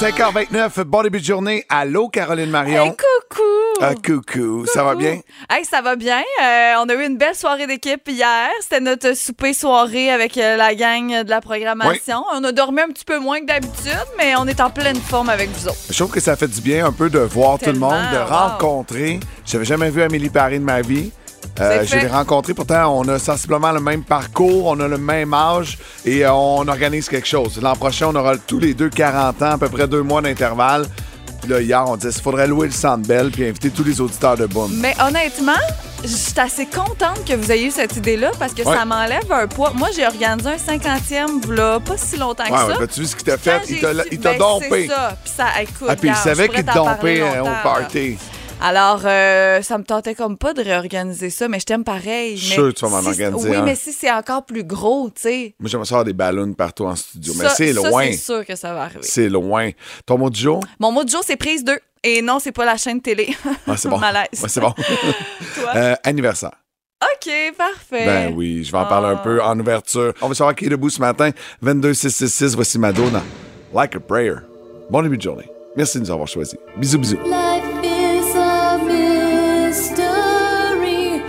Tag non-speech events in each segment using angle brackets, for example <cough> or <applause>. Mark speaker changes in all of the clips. Speaker 1: 5h29, bon début de journée. Allô, Caroline Marion.
Speaker 2: Hey, coucou!
Speaker 1: Ah, coucou. Ça va
Speaker 2: Coucou.
Speaker 1: bien?
Speaker 2: Hey, ça va bien. Euh, on a eu une belle soirée d'équipe hier. C'était notre souper soirée avec euh, la gang euh, de la programmation. On a dormi un petit peu moins que d'habitude, mais on est en pleine forme avec vous autres.
Speaker 1: Je trouve que ça fait du bien un peu de voir
Speaker 2: Tellement,
Speaker 1: tout le monde, de
Speaker 2: wow.
Speaker 1: rencontrer. J'avais jamais vu Amélie Paris de ma vie. Euh,
Speaker 2: C'est
Speaker 1: je
Speaker 2: fait.
Speaker 1: l'ai rencontrée, pourtant on a sensiblement le même parcours, on a le même âge et euh, on organise quelque chose. L'an prochain, on aura tous les deux 40 ans, à peu près deux mois d'intervalle. Puis là, hier, on disait qu'il faudrait louer le Centre Bell puis inviter tous les auditeurs de Boom.
Speaker 2: Mais honnêtement, je suis assez contente que vous ayez eu cette idée-là parce que
Speaker 1: Ouais.
Speaker 2: ça m'enlève un poids. Moi, j'ai organisé un cinquantième, voilà, pas si longtemps que
Speaker 1: Ouais,
Speaker 2: ça.
Speaker 1: ouais, tu vu ce qu'il t'a fait?
Speaker 2: Quand
Speaker 1: Il
Speaker 2: j'ai
Speaker 1: t'a
Speaker 2: su-
Speaker 1: il t'a
Speaker 2: ben,
Speaker 1: dompé.
Speaker 2: C'est ça. Puis ça, écoute,
Speaker 1: Ah, puis il
Speaker 2: regarde, je
Speaker 1: savait qu'il
Speaker 2: pourrais
Speaker 1: te
Speaker 2: t'en
Speaker 1: dompait
Speaker 2: parler
Speaker 1: euh,
Speaker 2: longtemps,
Speaker 1: au
Speaker 2: là.
Speaker 1: party.
Speaker 2: Alors, euh, ça me tentait comme pas de réorganiser ça, mais je t'aime pareil.
Speaker 1: Je suis
Speaker 2: mais
Speaker 1: sûr que tu vas m'en
Speaker 2: si-
Speaker 1: organiser
Speaker 2: Oui,
Speaker 1: un.
Speaker 2: mais si c'est encore plus gros, tu sais.
Speaker 1: Moi, j'aimerais ça avoir des ballons partout en studio. Mais
Speaker 2: ça-
Speaker 1: c'est
Speaker 2: ça,
Speaker 1: loin.
Speaker 2: C'est sûr que ça va arriver.
Speaker 1: C'est loin. Ton mot du jour?
Speaker 2: Mon mot de jour, c'est prise 2. Et non, c'est pas la chaîne télé.
Speaker 1: Ah,
Speaker 2: <laughs>
Speaker 1: c'est bon.
Speaker 2: Malaise.
Speaker 1: Ouais, c'est bon.
Speaker 2: Toi?
Speaker 1: Euh, anniversaire.
Speaker 2: OK, parfait.
Speaker 1: Ben oui, je vais en parler un
Speaker 2: Euh, Ah.
Speaker 1: peu en ouverture. On va savoir qui est debout ce matin. 22666, voici Madonna. Like a prayer. Bon début de journée. Merci de nous avoir choisis. Bisous, bisous.
Speaker 3: Life is a mystery.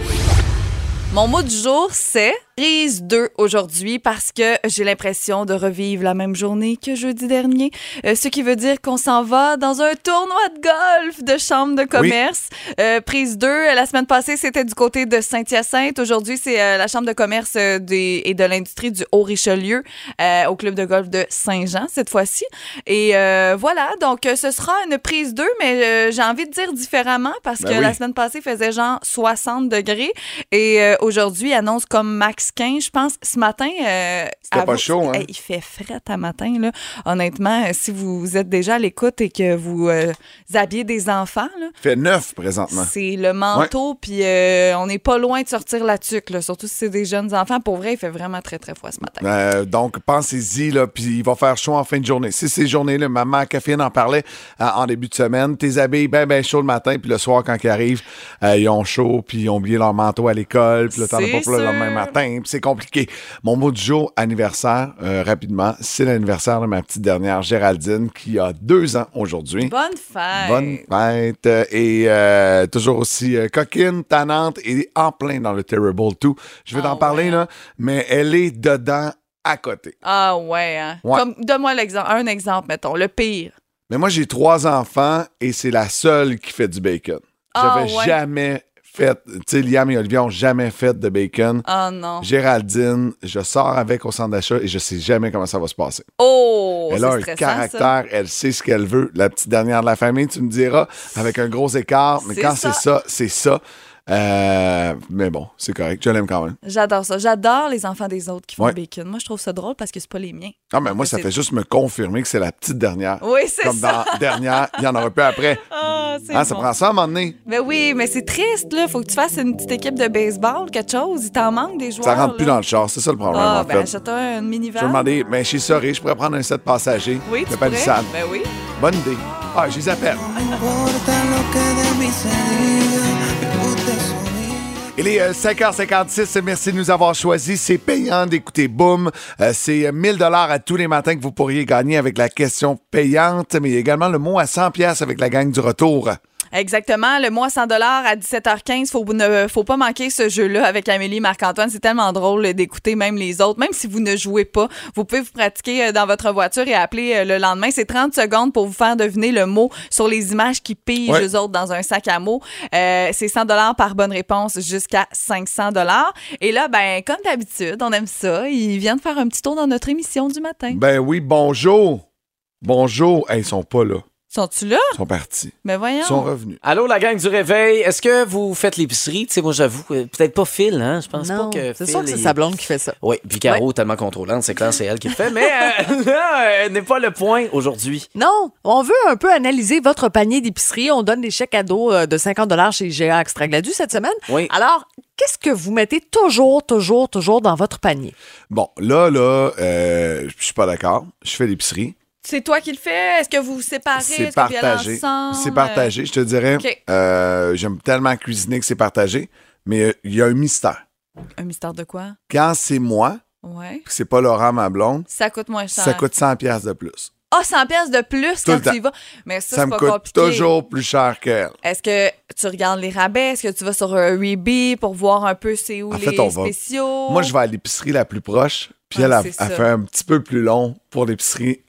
Speaker 2: Mon mot du jour, c'est prise 2 aujourd'hui parce que j'ai l'impression de revivre la même journée que jeudi dernier. Euh, ce qui veut dire qu'on s'en va dans un tournoi de golf de chambre de commerce. Euh, prise 2, euh, la semaine passée, c'était du côté de Saint-Hyacinthe. Aujourd'hui, c'est euh, la chambre de commerce euh, des- et de l'industrie du Haut-Richelieu euh, au club de golf de Saint-Jean cette fois-ci. Et euh, voilà, donc euh, ce sera une prise 2, mais euh, j'ai envie de dire différemment parce
Speaker 1: Ben
Speaker 2: que
Speaker 1: oui.
Speaker 2: la semaine passée faisait genre 60 degrés. Et euh, aujourd'hui, annonce comme max 15, je pense. Ce matin. euh,
Speaker 1: C'était
Speaker 2: à
Speaker 1: pas
Speaker 2: vous-
Speaker 1: chaud, hein?
Speaker 2: Hey, il fait fret à matin, là. Honnêtement, euh, si vous êtes déjà à l'écoute et que vous euh, habillez des enfants, là,
Speaker 1: Fait neuf présentement.
Speaker 2: c'est le manteau, puis euh, on n'est pas loin de sortir la tuque, là, surtout si c'est des jeunes enfants. Pour vrai, il fait vraiment très, très froid ce matin.
Speaker 1: Euh, donc, pensez-y, là, puis il va faire chaud en fin de journée. Si ces journées-là, maman à caféine en parlait euh, en début de semaine, tes habits ben, ben chaud le matin, puis le soir, quand ils arrivent, euh, ils ont chaud, puis ils ont oublié leur manteau à l'école, puis le temps de pas
Speaker 2: C'est
Speaker 1: pour le
Speaker 2: sûr.
Speaker 1: lendemain matin, puis c'est compliqué. Mon mot du jour, anniversaire, euh, rapidement, c'est l'anniversaire de ma petite dernière, Géraldine, qui a deux ans aujourd'hui.
Speaker 2: Bonne fête!
Speaker 1: Bonne fête euh, et euh, toujours aussi euh, coquine, tannante et en plein dans le Terrible 2. Je vais
Speaker 2: Ah
Speaker 1: t'en parler
Speaker 2: ouais.
Speaker 1: là, mais elle est dedans à côté.
Speaker 2: Ah ouais, hein?
Speaker 1: Ouais.
Speaker 2: Comme, donne-moi l'exemple, un exemple, mettons, le pire.
Speaker 1: Mais moi j'ai trois enfants et c'est la seule qui fait du bacon.
Speaker 2: Ah
Speaker 1: J'avais
Speaker 2: ouais.
Speaker 1: jamais fait, tu sais Liam et Olivier ont jamais fait de bacon.
Speaker 2: Oh non.
Speaker 1: Géraldine, je sors avec au centre d'achat et je sais jamais comment ça va se passer.
Speaker 2: Oh,
Speaker 1: elle
Speaker 2: c'est
Speaker 1: a un
Speaker 2: stressant,
Speaker 1: caractère,
Speaker 2: ça.
Speaker 1: elle sait ce qu'elle veut. La petite dernière de la famille, tu me diras, avec un gros écart, mais
Speaker 2: C'est
Speaker 1: quand c'est
Speaker 2: ça.
Speaker 1: ça, c'est ça. Euh, mais bon, c'est correct, je l'aime quand même.
Speaker 2: J'adore ça. J'adore les enfants des autres qui font
Speaker 1: Ouais.
Speaker 2: le bacon. Moi, je trouve ça drôle parce que c'est pas les miens.
Speaker 1: Non, Ah, mais moi,
Speaker 2: Mais
Speaker 1: ça
Speaker 2: c'est-
Speaker 1: fait juste me confirmer que c'est la petite dernière.
Speaker 2: Oui, c'est
Speaker 1: Comme
Speaker 2: ça.
Speaker 1: dans <laughs> dernière, il y en aura peu après.
Speaker 2: Ah, <laughs> c'est
Speaker 1: Hein, Ça
Speaker 2: bon.
Speaker 1: prend ça à un moment donné.
Speaker 2: Ben oui, mais c'est triste, là. Faut que tu fasses une petite équipe de baseball, quelque chose. Il t'en manque des joueurs.
Speaker 1: Ça rentre plus
Speaker 2: là.
Speaker 1: dans le char, c'est ça le problème,
Speaker 2: Ah,
Speaker 1: en
Speaker 2: ben
Speaker 1: fait.
Speaker 2: achète-toi un
Speaker 1: Je vais
Speaker 2: minivan.
Speaker 1: demander, mais chez Soré, je pourrais prendre un set passager.
Speaker 2: Oui,
Speaker 1: Le
Speaker 2: tu
Speaker 1: pas
Speaker 2: pourrais.
Speaker 1: du sable.
Speaker 2: Ben oui.
Speaker 1: Bonne idée. Ah, je les appelle.
Speaker 4: importa lo que de mí se diga, mi usted sonríe.
Speaker 1: Il est euh, 5h56, merci de nous avoir choisis. C'est payant d'écouter Boom. Euh, c'est euh, 1000 dollars à tous les matins que vous pourriez gagner avec la question payante, mais il y a également le mot à 100 pièces avec la gang du retour.
Speaker 2: Exactement. Le mois 100 à 17h15. Faut, ne, faut pas manquer ce jeu-là avec Amélie et Marc-Antoine. C'est tellement drôle d'écouter même les autres. Même si vous ne jouez pas, vous pouvez vous pratiquer euh, dans votre voiture et appeler euh, le lendemain. C'est 30 secondes pour vous faire deviner le mot sur les images qui pigent
Speaker 1: Ouais.
Speaker 2: eux autres dans un sac à mots. Euh, c'est 100 par bonne réponse jusqu'à 500 Et là, ben, comme d'habitude, on aime ça. Ils viennent faire un petit tour dans notre émission du matin.
Speaker 1: Ben oui, bonjour. Bonjour. Hey, ils sont pas là.
Speaker 2: Sont-tu là?
Speaker 1: Ils sont partis.
Speaker 2: Ben voyons.
Speaker 1: Ils sont revenus.
Speaker 5: Allô, la gang du réveil. Est-ce que vous faites l'épicerie? Tu sais, moi, j'avoue, euh, peut-être pas Phil, hein? Je pense
Speaker 6: Non,
Speaker 5: pas que
Speaker 6: c'est
Speaker 5: Phil
Speaker 6: sûr que
Speaker 5: est-
Speaker 6: c'est sa blonde qui fait ça.
Speaker 5: Oui, puis Caro, tellement contrôlante, c'est clair, c'est elle qui le fait. Mais euh, <laughs> là, euh, n'est pas le point aujourd'hui.
Speaker 6: Non, on veut un peu analyser votre panier d'épicerie. On donne des chèques cadeaux euh, de 50 chez GA Extragladu cette semaine.
Speaker 5: Oui.
Speaker 6: Alors, qu'est-ce que vous mettez toujours, toujours, toujours dans votre panier?
Speaker 1: Bon, là, là, euh, je suis pas d'accord. Je fais l'épicerie.
Speaker 2: C'est toi qui le fais? Est-ce que vous vous séparez?
Speaker 1: C'est
Speaker 2: Est-ce que vous y allez
Speaker 1: partagé.
Speaker 2: ensemble?
Speaker 1: C'est partagé, je te dirais.
Speaker 2: OK.
Speaker 1: Euh, J'aime tellement cuisiner que c'est partagé, mais euh, il y a un mystère.
Speaker 2: Un mystère de quoi?
Speaker 1: Quand c'est moi,
Speaker 2: Ouais.
Speaker 1: puis c'est pas Laurent, ma blonde,
Speaker 2: Ça coûte moins cher.
Speaker 1: ça coûte 100 pièces de plus.
Speaker 2: Ah, 100 pièces de plus
Speaker 1: Tout le
Speaker 2: quand tu y
Speaker 1: temps.
Speaker 2: vas. Mais ça,
Speaker 1: ça
Speaker 2: c'est
Speaker 1: me
Speaker 2: pas
Speaker 1: coûte
Speaker 2: compliqué.
Speaker 1: toujours plus cher qu'elle.
Speaker 2: Est-ce que tu regardes les rabais? Est-ce que tu vas sur euh, Rebee pour voir un peu c'est où
Speaker 1: En
Speaker 2: les
Speaker 1: fait, on va-
Speaker 2: spéciaux?
Speaker 1: Moi, je vais à l'épicerie la plus proche, puis
Speaker 2: Oh. Ah,
Speaker 1: elle, a
Speaker 2: c'est ça.
Speaker 1: fait un petit peu plus long pour l'épicerie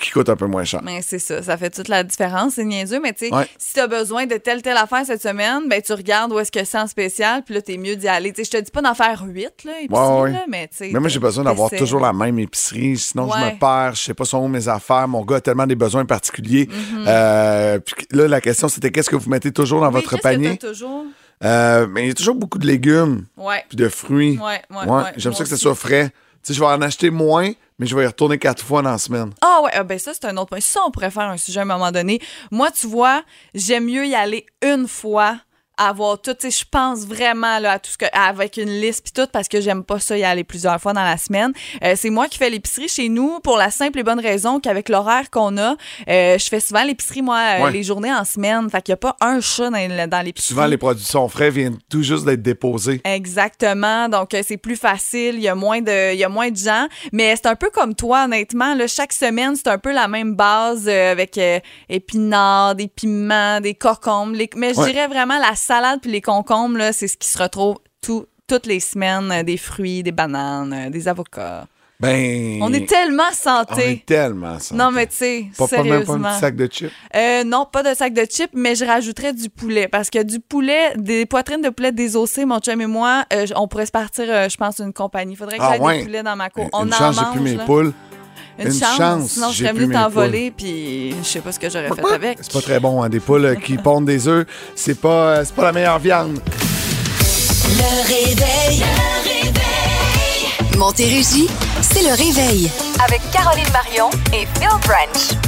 Speaker 1: qui coûte un peu moins cher.
Speaker 2: Mais c'est ça, ça fait toute la différence, c'est niaiseux, mais tu sais,
Speaker 1: Ouais.
Speaker 2: si t'as besoin de telle, telle affaire cette semaine, ben tu regardes où est-ce que c'est en spécial, puis là, t'es mieux d'y aller. Tu sais, je te dis pas d'en faire huit, là, et puis
Speaker 1: Ouais, ouais.
Speaker 2: là, mais tu sais.
Speaker 1: Mais moi, j'ai besoin d'avoir
Speaker 2: t'essaies.
Speaker 1: toujours la même épicerie, sinon je
Speaker 2: Ouais.
Speaker 1: me perds, je sais pas sont où mes affaires, mon gars a tellement des besoins particuliers. Euh, puis là, la question, c'était qu'est-ce que vous mettez toujours dans
Speaker 2: Mhm. Oui,
Speaker 1: votre
Speaker 2: qu'est-ce que
Speaker 1: panier?
Speaker 2: t'as toujours?
Speaker 1: Euh, mais il y a toujours beaucoup de légumes,
Speaker 2: Ouais.
Speaker 1: puis de fruits.
Speaker 2: Ouais, ouais, ouais,
Speaker 1: J'aime
Speaker 2: moi
Speaker 1: ça que ce
Speaker 2: aussi.
Speaker 1: soit frais. Tu sais, je vais en acheter moins, mais je vais y retourner quatre fois dans la semaine.
Speaker 2: Ah ouais, ah ben ça, c'est un autre point. Ça, on pourrait faire un sujet à un moment donné. Moi, tu vois, j'aime mieux y aller une fois avoir tout, tu sais, je pense vraiment là, à tout ce que, à- avec une liste puis tout, parce que j'aime pas ça y aller plusieurs fois dans la semaine. Euh, c'est moi qui fais l'épicerie chez nous pour la simple et bonne raison qu'avec l'horaire qu'on a, euh, je fais souvent l'épicerie, moi, euh,
Speaker 1: Ouais.
Speaker 2: les journées en semaine. Fait qu'il y a pas un chat dans, dans
Speaker 1: Puis
Speaker 2: l'épicerie.
Speaker 1: souvent, les produits sont frais, viennent tout juste d'être déposés.
Speaker 2: Exactement. Donc, euh, c'est plus facile. Il y a moins de, il y a moins de gens. Mais c'est un peu comme toi, honnêtement. Là, chaque semaine, c'est un peu la même base euh, avec euh, épinards, des piments, des concombres. les- Mais je
Speaker 1: Ouais.
Speaker 2: dirais vraiment la salade puis les concombres, là, c'est ce qui se retrouve tout- toutes les semaines. euh, des fruits, des bananes, euh, des avocats.
Speaker 1: Ben.
Speaker 2: On est tellement
Speaker 1: on est
Speaker 2: santé.
Speaker 1: tellement santé.
Speaker 2: Non, mais tu sais,
Speaker 1: Pas, pas même pas un
Speaker 2: sérieusement.
Speaker 1: petit sac de chips.
Speaker 2: Euh, non, pas de sac de chips, mais je rajouterais du poulet. Parce que du poulet, des poitrines de poulet désossées, mon chum et moi, euh, on pourrait se partir, euh, je pense, une compagnie. Faudrait que
Speaker 1: Ah
Speaker 2: j'aille
Speaker 1: ouais.
Speaker 2: des poulets dans ma cour.
Speaker 1: Une
Speaker 2: on en
Speaker 1: chance, j'ai
Speaker 2: mange,
Speaker 1: plus mes
Speaker 2: là.
Speaker 1: poules.
Speaker 2: Une,
Speaker 1: Une
Speaker 2: chance.
Speaker 1: chance,
Speaker 2: Sinon, je
Speaker 1: j'ai
Speaker 2: serais
Speaker 1: plus
Speaker 2: venue
Speaker 1: mes
Speaker 2: t'envoler, puis je sais pas ce que j'aurais fait avec.
Speaker 1: C'est pas très bon, hein, des poules euh,
Speaker 2: <laughs>
Speaker 1: qui pondent des œufs. C'est pas, euh, c'est pas la meilleure viande.
Speaker 7: Le réveil. Montérégie, c'est le réveil.
Speaker 8: Avec Caroline Marion et Phil Branch.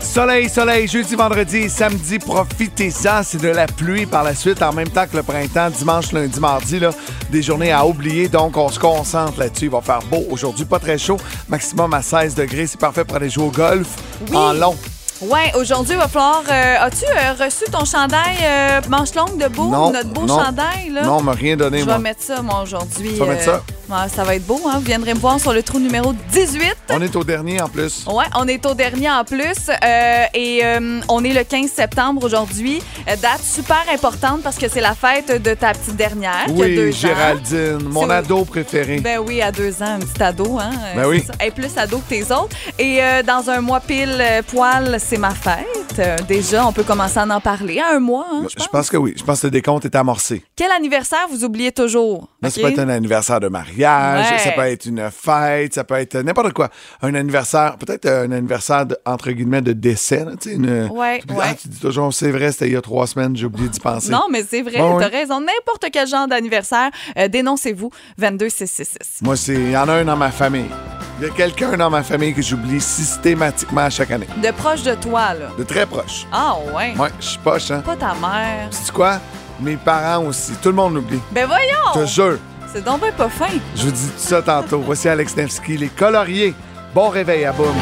Speaker 1: Soleil, soleil, jeudi, vendredi et samedi, profitez-en. C'est de la pluie par la suite, en même temps que le printemps, dimanche, lundi, mardi, là, des journées à oublier. Donc, on se concentre là-dessus. Il va faire beau aujourd'hui, pas très chaud. Maximum à 16 degrés. C'est parfait pour aller jouer au golf
Speaker 2: Oui.
Speaker 1: en long.
Speaker 2: Ouais, aujourd'hui, il va falloir. euh, As-tu euh, reçu ton chandail euh, manche longue de beau, notre beau
Speaker 1: non,
Speaker 2: chandail, là?
Speaker 1: Non, on m'a rien donné,
Speaker 2: Je
Speaker 1: moi.
Speaker 2: vais mettre ça, moi, aujourd'hui. euh,
Speaker 1: Tu vas mettre ça?
Speaker 2: ouais, ça va être beau, hein? Vous viendrez me voir sur le trou numéro 18.
Speaker 1: On est au dernier en plus.
Speaker 2: Ouais, on est au dernier en plus euh, et euh, on est le 15 septembre aujourd'hui. Euh, date super importante parce que c'est la fête de ta petite dernière qui a deux
Speaker 1: Oui,
Speaker 2: ans.
Speaker 1: Géraldine, mon
Speaker 2: C'est-
Speaker 1: ado préféré.
Speaker 2: Ben oui, à deux ans, un petit ado. Hein, euh,
Speaker 1: Ben
Speaker 2: c'est
Speaker 1: oui.
Speaker 2: ça. Elle est plus ado que tes autres. Et euh, dans un mois pile euh, poil, c'est ma fête. Euh, déjà, on peut commencer à en parler. À un mois, hein, je
Speaker 1: Ben, je
Speaker 2: pense.
Speaker 1: pense que oui. Je pense que le décompte est amorcé.
Speaker 2: Quel anniversaire vous oubliez toujours?
Speaker 1: Là,
Speaker 2: OK?
Speaker 1: Ça peut être un anniversaire de mariage,
Speaker 2: Ouais.
Speaker 1: ça peut être une fête, ça peut être n'importe quoi. Un anniversaire, peut-être un anniversaire de- entre guillemets de décès. là, tu sais, une,
Speaker 2: Ouais,
Speaker 1: tu dis,
Speaker 2: ouais.
Speaker 1: Ah, tu dis toujours, c'est vrai, c'était il y a trois semaines, j'ai oublié d'y penser.
Speaker 2: Non, mais c'est vrai,
Speaker 1: Ouais, ouais.
Speaker 2: t'as raison. N'importe quel genre d'anniversaire, euh, dénoncez-vous 22666.
Speaker 1: Moi, c'est, il y en a un dans ma famille. Il y a quelqu'un dans ma famille que j'oublie systématiquement à chaque année.
Speaker 2: De proche de toi, là.
Speaker 1: De très proche.
Speaker 2: Ah ouais.
Speaker 1: Moi, je suis poche, hein.
Speaker 2: Pas ta mère.
Speaker 1: C'est quoi? Mes parents aussi. Tout le monde l'oublie.
Speaker 2: Ben voyons!
Speaker 1: Je te jure.
Speaker 2: C'est donc ben pas fin.
Speaker 1: Je vous dis tout ça tantôt. Voici Alex Nevsky, les coloriers. Bon réveil à Boum.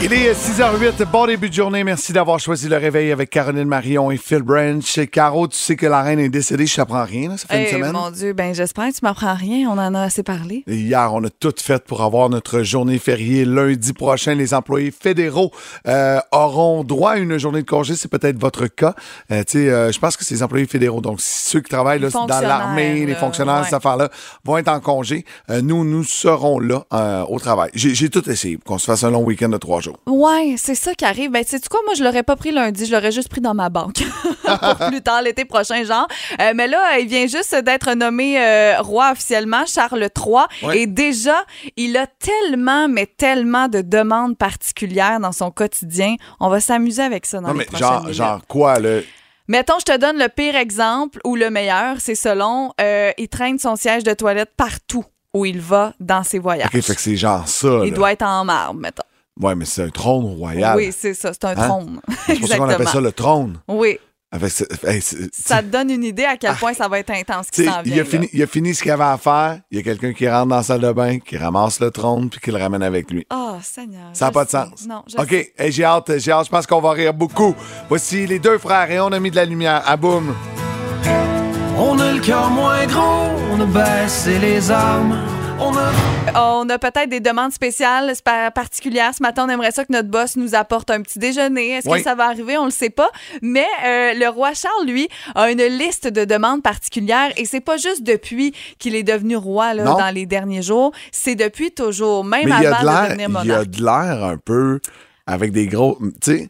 Speaker 1: Il est 6h08, bon début de journée. Merci d'avoir choisi le réveil avec Caroline Marion et Phil Branch. Caro, tu sais que la reine est décédée, je t'apprends rien, là, ça fait
Speaker 2: Eh,
Speaker 1: une semaine.
Speaker 2: mon Dieu, ben j'espère que tu m'apprends rien. On en a assez parlé.
Speaker 1: Et Hier, on a tout fait pour avoir notre journée fériée. Lundi prochain, les employés fédéraux euh, auront droit à une journée de congé. C'est peut-être votre cas. Euh, tu sais, euh, je pense que c'est les employés fédéraux. Donc, ceux qui travaillent là,
Speaker 2: Les
Speaker 1: dans l'armée,
Speaker 2: fonctionnaires,
Speaker 1: les
Speaker 2: là,
Speaker 1: fonctionnaires,
Speaker 2: ouais.
Speaker 1: ces affaires-là, vont être en congé. Euh, nous, nous serons là euh, au travail. J'ai j'ai tout essayé pour qu'on se fasse un long week-end de trois jours.
Speaker 2: Ouais, c'est ça qui arrive. Ben, sais-tu quoi? Moi, je l'aurais pas pris lundi. Je l'aurais juste pris dans ma banque. <laughs> Pour plus tard, l'été prochain, genre. Euh, mais là, euh, il vient juste d'être nommé euh, roi officiellement, Charles III.
Speaker 1: Ouais.
Speaker 2: Et déjà, il a tellement, mais tellement de demandes particulières dans son quotidien. On va s'amuser avec ça dans
Speaker 1: non,
Speaker 2: les
Speaker 1: mais
Speaker 2: prochaines
Speaker 1: genre,
Speaker 2: minutes. Ah,
Speaker 1: genre quoi, là?
Speaker 2: Mettons, je te donne le pire exemple ou le meilleur, c'est selon euh, il traîne son siège de toilette partout où il va dans ses voyages.
Speaker 1: OK, fait que c'est genre ça,
Speaker 2: il
Speaker 1: là.
Speaker 2: doit être en marbre, mettons.
Speaker 1: Ouais, mais c'est un trône royal.
Speaker 2: Oui, c'est ça, c'est un
Speaker 1: Hein?
Speaker 2: trône.
Speaker 1: c'est pour ça qu'on appelle ça
Speaker 2: Exactement.
Speaker 1: le trône.
Speaker 2: Oui,
Speaker 1: Avec ce- hey, c'est-
Speaker 2: ça te donne une idée à quel point ça va être intense qui
Speaker 1: Tu sais,
Speaker 2: s'en vient.
Speaker 1: il, a
Speaker 2: là.
Speaker 1: fini, il a fini ce qu'il avait à faire. Il y a quelqu'un qui rentre dans la salle de bain, qui ramasse le trône, puis qui le ramène avec lui.
Speaker 2: Ah, Seigneur.
Speaker 1: Ça
Speaker 2: je
Speaker 1: n'a pas de
Speaker 2: sais.
Speaker 1: sens.
Speaker 2: Non, je
Speaker 1: OK,
Speaker 2: sais.
Speaker 1: hey, j'ai hâte, j'ai hâte. Je pense qu'on va rire beaucoup. Voici les deux frères et on a mis de la lumière. À boum.
Speaker 4: On a le cœur moins gros, on a baissé les armes.
Speaker 5: On a...
Speaker 2: On a peut-être des demandes spéciales spa- particulières. Ce matin, on aimerait ça que notre boss nous apporte un petit déjeuner. Est-ce
Speaker 1: Oui.
Speaker 2: que ça va arriver? On le sait pas. Mais euh, le roi Charles, lui, a une liste de demandes particulières. Et c'est pas juste depuis qu'il est devenu roi là,
Speaker 1: Non.
Speaker 2: dans les derniers jours. C'est depuis toujours, même
Speaker 1: Mais il y a
Speaker 2: avant
Speaker 1: de
Speaker 2: de,
Speaker 1: l'air,
Speaker 2: devenir
Speaker 1: il y a
Speaker 2: monarque.
Speaker 1: de l'air un peu avec des gros. Tu sais,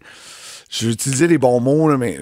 Speaker 1: je vais utiliser les bons mots, là, mais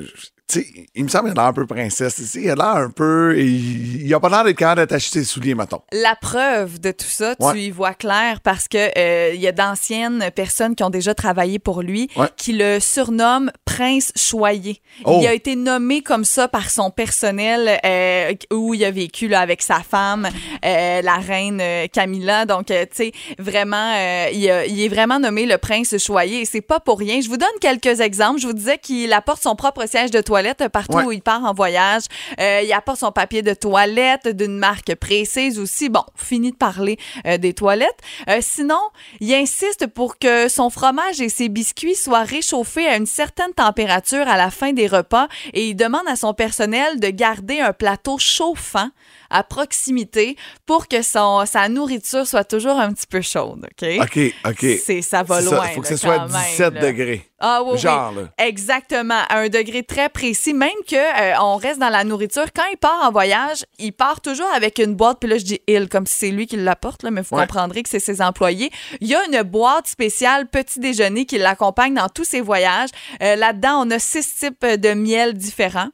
Speaker 1: tu sais, il me semble qu'il a l'air un peu princesse. Tu sais, il a l'air un peu. Il, il a pas l'air d'être capable d'attacher ses souliers, mettons.
Speaker 2: La preuve de tout ça, tu
Speaker 1: Ouais.
Speaker 2: y vois clair parce que euh, il y a d'anciennes personnes qui ont déjà travaillé pour lui
Speaker 1: Ouais.
Speaker 2: qui le surnomment Prince Choyer.
Speaker 1: Oh.
Speaker 2: Il a été nommé comme ça par son personnel euh, où il a vécu là, avec sa femme, euh, la reine euh, Camilla. Donc, euh, tu sais, vraiment, euh, il, a- il est vraiment nommé le Prince Choyer et c'est pas pour rien. Je vous donne quelques exemples. Je vous disais qu'il apporte son propre siège de toilette partout
Speaker 1: Ouais.
Speaker 2: où il part en voyage. Euh, il apporte son papier de toilette d'une marque précise aussi. Bon, fini de parler euh, des toilettes. Euh, sinon, il insiste pour que son fromage et ses biscuits soient réchauffés à une certaine température à la fin des repas et il demande à son personnel de garder un plateau chauffant à proximité pour que son, sa nourriture soit toujours un petit peu chaude. OK?
Speaker 1: OK, OK.
Speaker 2: C'est, ça va
Speaker 1: C'est
Speaker 2: loin.
Speaker 1: faut que
Speaker 2: là,
Speaker 1: ce soit
Speaker 2: quand même,
Speaker 1: 17
Speaker 2: là.
Speaker 1: degrés.
Speaker 2: Ah oui, oui.
Speaker 1: Genre, là.
Speaker 2: Exactement, à un degré très précis, même que euh, on reste dans la nourriture. Quand il part en voyage, il part toujours avec une boîte. Puis là, je dis il comme si c'est lui qui l'apporte, là, mais vous
Speaker 1: Ouais.
Speaker 2: comprendrez que c'est ses employés. Il y a une boîte spéciale petit déjeuner qui l'accompagne dans tous ses voyages. Euh, Là-dedans, on a six types de miel différents.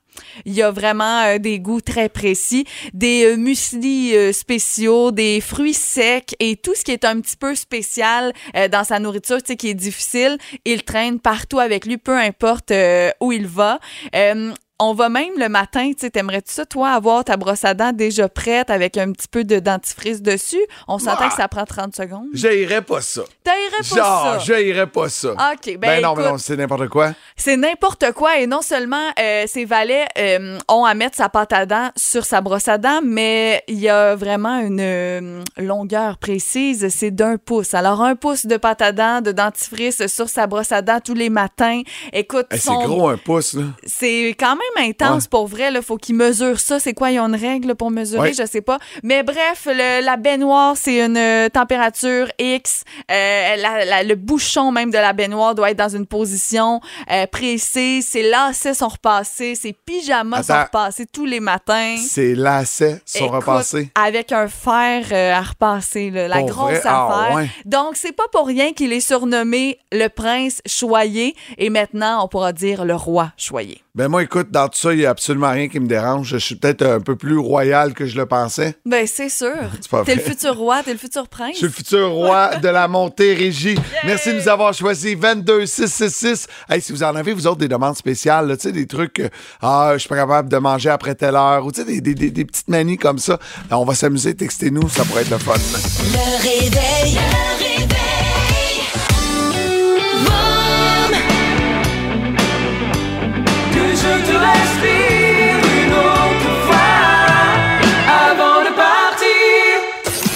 Speaker 2: Il y a vraiment euh, des goûts très précis, des euh, muesli euh, spéciaux, des fruits secs et tout ce qui est un petit peu spécial euh, dans sa nourriture, tu sais, qui est difficile. Il traîne partout avec lui, peu importe euh, où il va. Euh, on va même le matin, tu sais, t'aimerais-tu ça, toi, avoir ta brosse à dents déjà prête avec un petit peu de dentifrice dessus? On s'entend
Speaker 1: Ah!
Speaker 2: que ça prend 30 secondes.
Speaker 1: J'haïrais pas ça.
Speaker 2: T'aillerais pas
Speaker 1: Genre,
Speaker 2: ça.
Speaker 1: j'haïrais pas ça.
Speaker 2: OK, ben,
Speaker 1: Ben, non,
Speaker 2: écoute,
Speaker 1: mais non, c'est n'importe quoi.
Speaker 2: c'est n'importe quoi et non seulement euh, ses valets euh, ont à mettre sa pâte à dents sur sa brosse à dents, mais il y a vraiment une euh, longueur précise, c'est d'un pouce. Alors un pouce de pâte à dents, de dentifrice sur sa brosse à dents tous les matins. Écoute,
Speaker 1: Hey, Eh, c'est
Speaker 2: son- Hein?
Speaker 1: gros un pouce, là.
Speaker 2: c'est quand même intense
Speaker 1: Ouais.
Speaker 2: pour vrai. Il faut qu'ils mesurent ça. C'est quoi? Ils ont une règle pour mesurer?
Speaker 1: Ouais.
Speaker 2: Je sais pas. Mais bref, le- la baignoire, c'est une euh, température X. Euh, la- la- le bouchon même de la baignoire doit être dans une position euh, précise. Ses lacets sont repassés. Ses pyjamas sont
Speaker 1: Attends.
Speaker 2: repassés tous les matins.
Speaker 1: Ses lacets sont
Speaker 2: Écoute,
Speaker 1: repassés.
Speaker 2: Avec un fer euh, à repasser, là, la
Speaker 1: Pour
Speaker 2: grosse
Speaker 1: vrai? Ah,
Speaker 2: affaire.
Speaker 1: ouais.
Speaker 2: Donc, c'est pas pour rien qu'il est surnommé le prince choyé. Et maintenant, on pourra dire le roi choyé.
Speaker 1: Ben moi, écoute, dans tout ça, il n'y a absolument rien qui me dérange. Je suis peut-être un peu plus royal que je le pensais.
Speaker 2: Ben, c'est sûr.
Speaker 1: <laughs> C'est pas
Speaker 2: T'es le
Speaker 1: vrai.
Speaker 2: futur roi, t'es le futur prince.
Speaker 1: Je suis le futur
Speaker 2: <laughs>
Speaker 1: roi de la Montérégie. Merci de nous avoir choisi 22666. Hey, si vous en avez, vous autres, des demandes spéciales, là, tu sais, des trucs, euh, ah, je suis pas capable de manger après telle heure, ou tu sais, des, des- des- des petites manies comme ça. Alors, on va s'amuser, textez-nous, ça pourrait être le fun.
Speaker 7: Le réveil.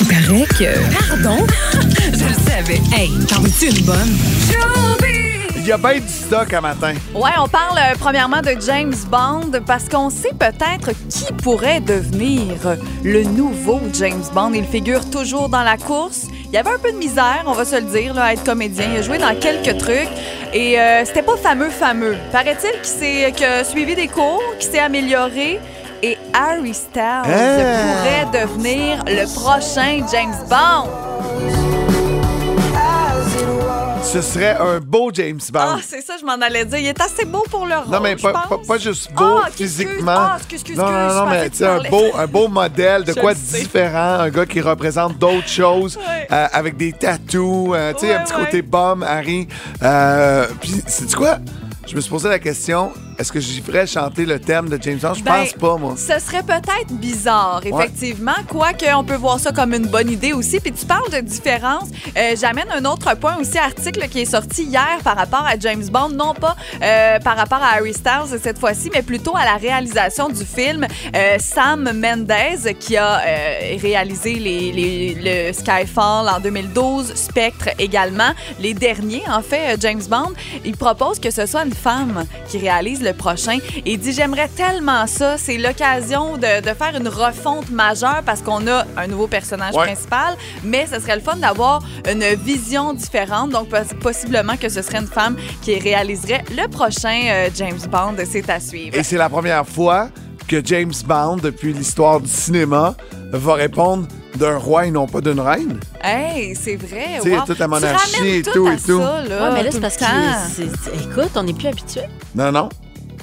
Speaker 9: paraît que. Pardon? Je le savais. Hey, t'en veux-tu une bonne?
Speaker 1: Il y a bien du stock à matin.
Speaker 2: Ouais, on parle euh, premièrement de James Bond parce qu'on sait peut-être qui pourrait devenir le nouveau James Bond. Il figure toujours dans la course. Il y avait un peu de misère, on va se le dire, là, à être comédien. Il a joué dans quelques trucs et euh, c'était pas fameux, fameux. Paraît-il qu'il s'est euh, qu'il a suivi des cours, qu'il s'est amélioré. Et Harry Styles
Speaker 1: Hein? Hey!
Speaker 2: pourrait devenir le prochain James Bond.
Speaker 1: Ce serait un beau James
Speaker 2: Ah,
Speaker 1: Bond.
Speaker 2: c'est ça, je m'en allais dire. Il est assez beau pour le rôle.
Speaker 1: Non, mais
Speaker 2: Oh, je
Speaker 1: pas,
Speaker 2: pense.
Speaker 1: pas- pas juste beau
Speaker 2: Ah, excuse,
Speaker 1: physiquement.
Speaker 2: Ah, excuse, excuse,
Speaker 1: non, non, non,
Speaker 2: excuse, je pensais
Speaker 1: mais
Speaker 2: que
Speaker 1: tu sais, un
Speaker 2: parlais.
Speaker 1: beau, un beau modèle, de
Speaker 2: Je
Speaker 1: quoi
Speaker 2: le sais.
Speaker 1: différent, un gars qui représente d'autres choses,
Speaker 2: Ouais.
Speaker 1: euh, avec des tatous, euh, tu sais, un
Speaker 2: Ouais,
Speaker 1: petit
Speaker 2: ouais.
Speaker 1: côté bomb, Harry. Euh, Puis, c'est quoi? Je me suis posé la question, est-ce que j'y ferais chanter le thème de James Bond? Je
Speaker 2: Ben,
Speaker 1: pense pas, moi.
Speaker 2: Ce serait peut-être bizarre,
Speaker 1: Ouais.
Speaker 2: effectivement, quoique on peut voir ça comme une bonne idée aussi. Puis tu parles de différence. Euh, J'amène un autre point aussi, article qui est sorti hier par rapport à James Bond, non pas euh, par rapport à Harry Styles cette fois-ci, mais plutôt à la réalisation du film. Euh, Sam Mendes, qui a euh, réalisé les, les- le Skyfall en 2012, Spectre également, les derniers, en fait, euh, James Bond, il propose que ce soit une femme qui réalise le prochain. Et il dit J'aimerais tellement ça. C'est l'occasion de, de faire une refonte majeure parce qu'on a un nouveau personnage
Speaker 1: Ouais.
Speaker 2: principal, mais ce serait le fun d'avoir une vision différente. Donc, poss- possiblement que ce serait une femme qui réaliserait le prochain euh, James Bond. C'est à suivre.
Speaker 1: Et c'est la première fois que James Bond, depuis l'histoire du cinéma, va répondre d'un roi et non pas d'une reine.
Speaker 2: Hey, c'est vrai.
Speaker 1: Tu sais,
Speaker 2: wow.
Speaker 1: toute la
Speaker 2: Tu
Speaker 1: monarchie
Speaker 2: ramènes
Speaker 1: et tout
Speaker 2: à
Speaker 1: et tout.
Speaker 2: ça, là,
Speaker 10: Ouais, mais là,
Speaker 2: Ah, tout
Speaker 10: c'est
Speaker 2: le
Speaker 10: parce que.
Speaker 2: temps.
Speaker 10: c'est- c'est- Écoute, on n'est plus habitué.
Speaker 1: Non, non.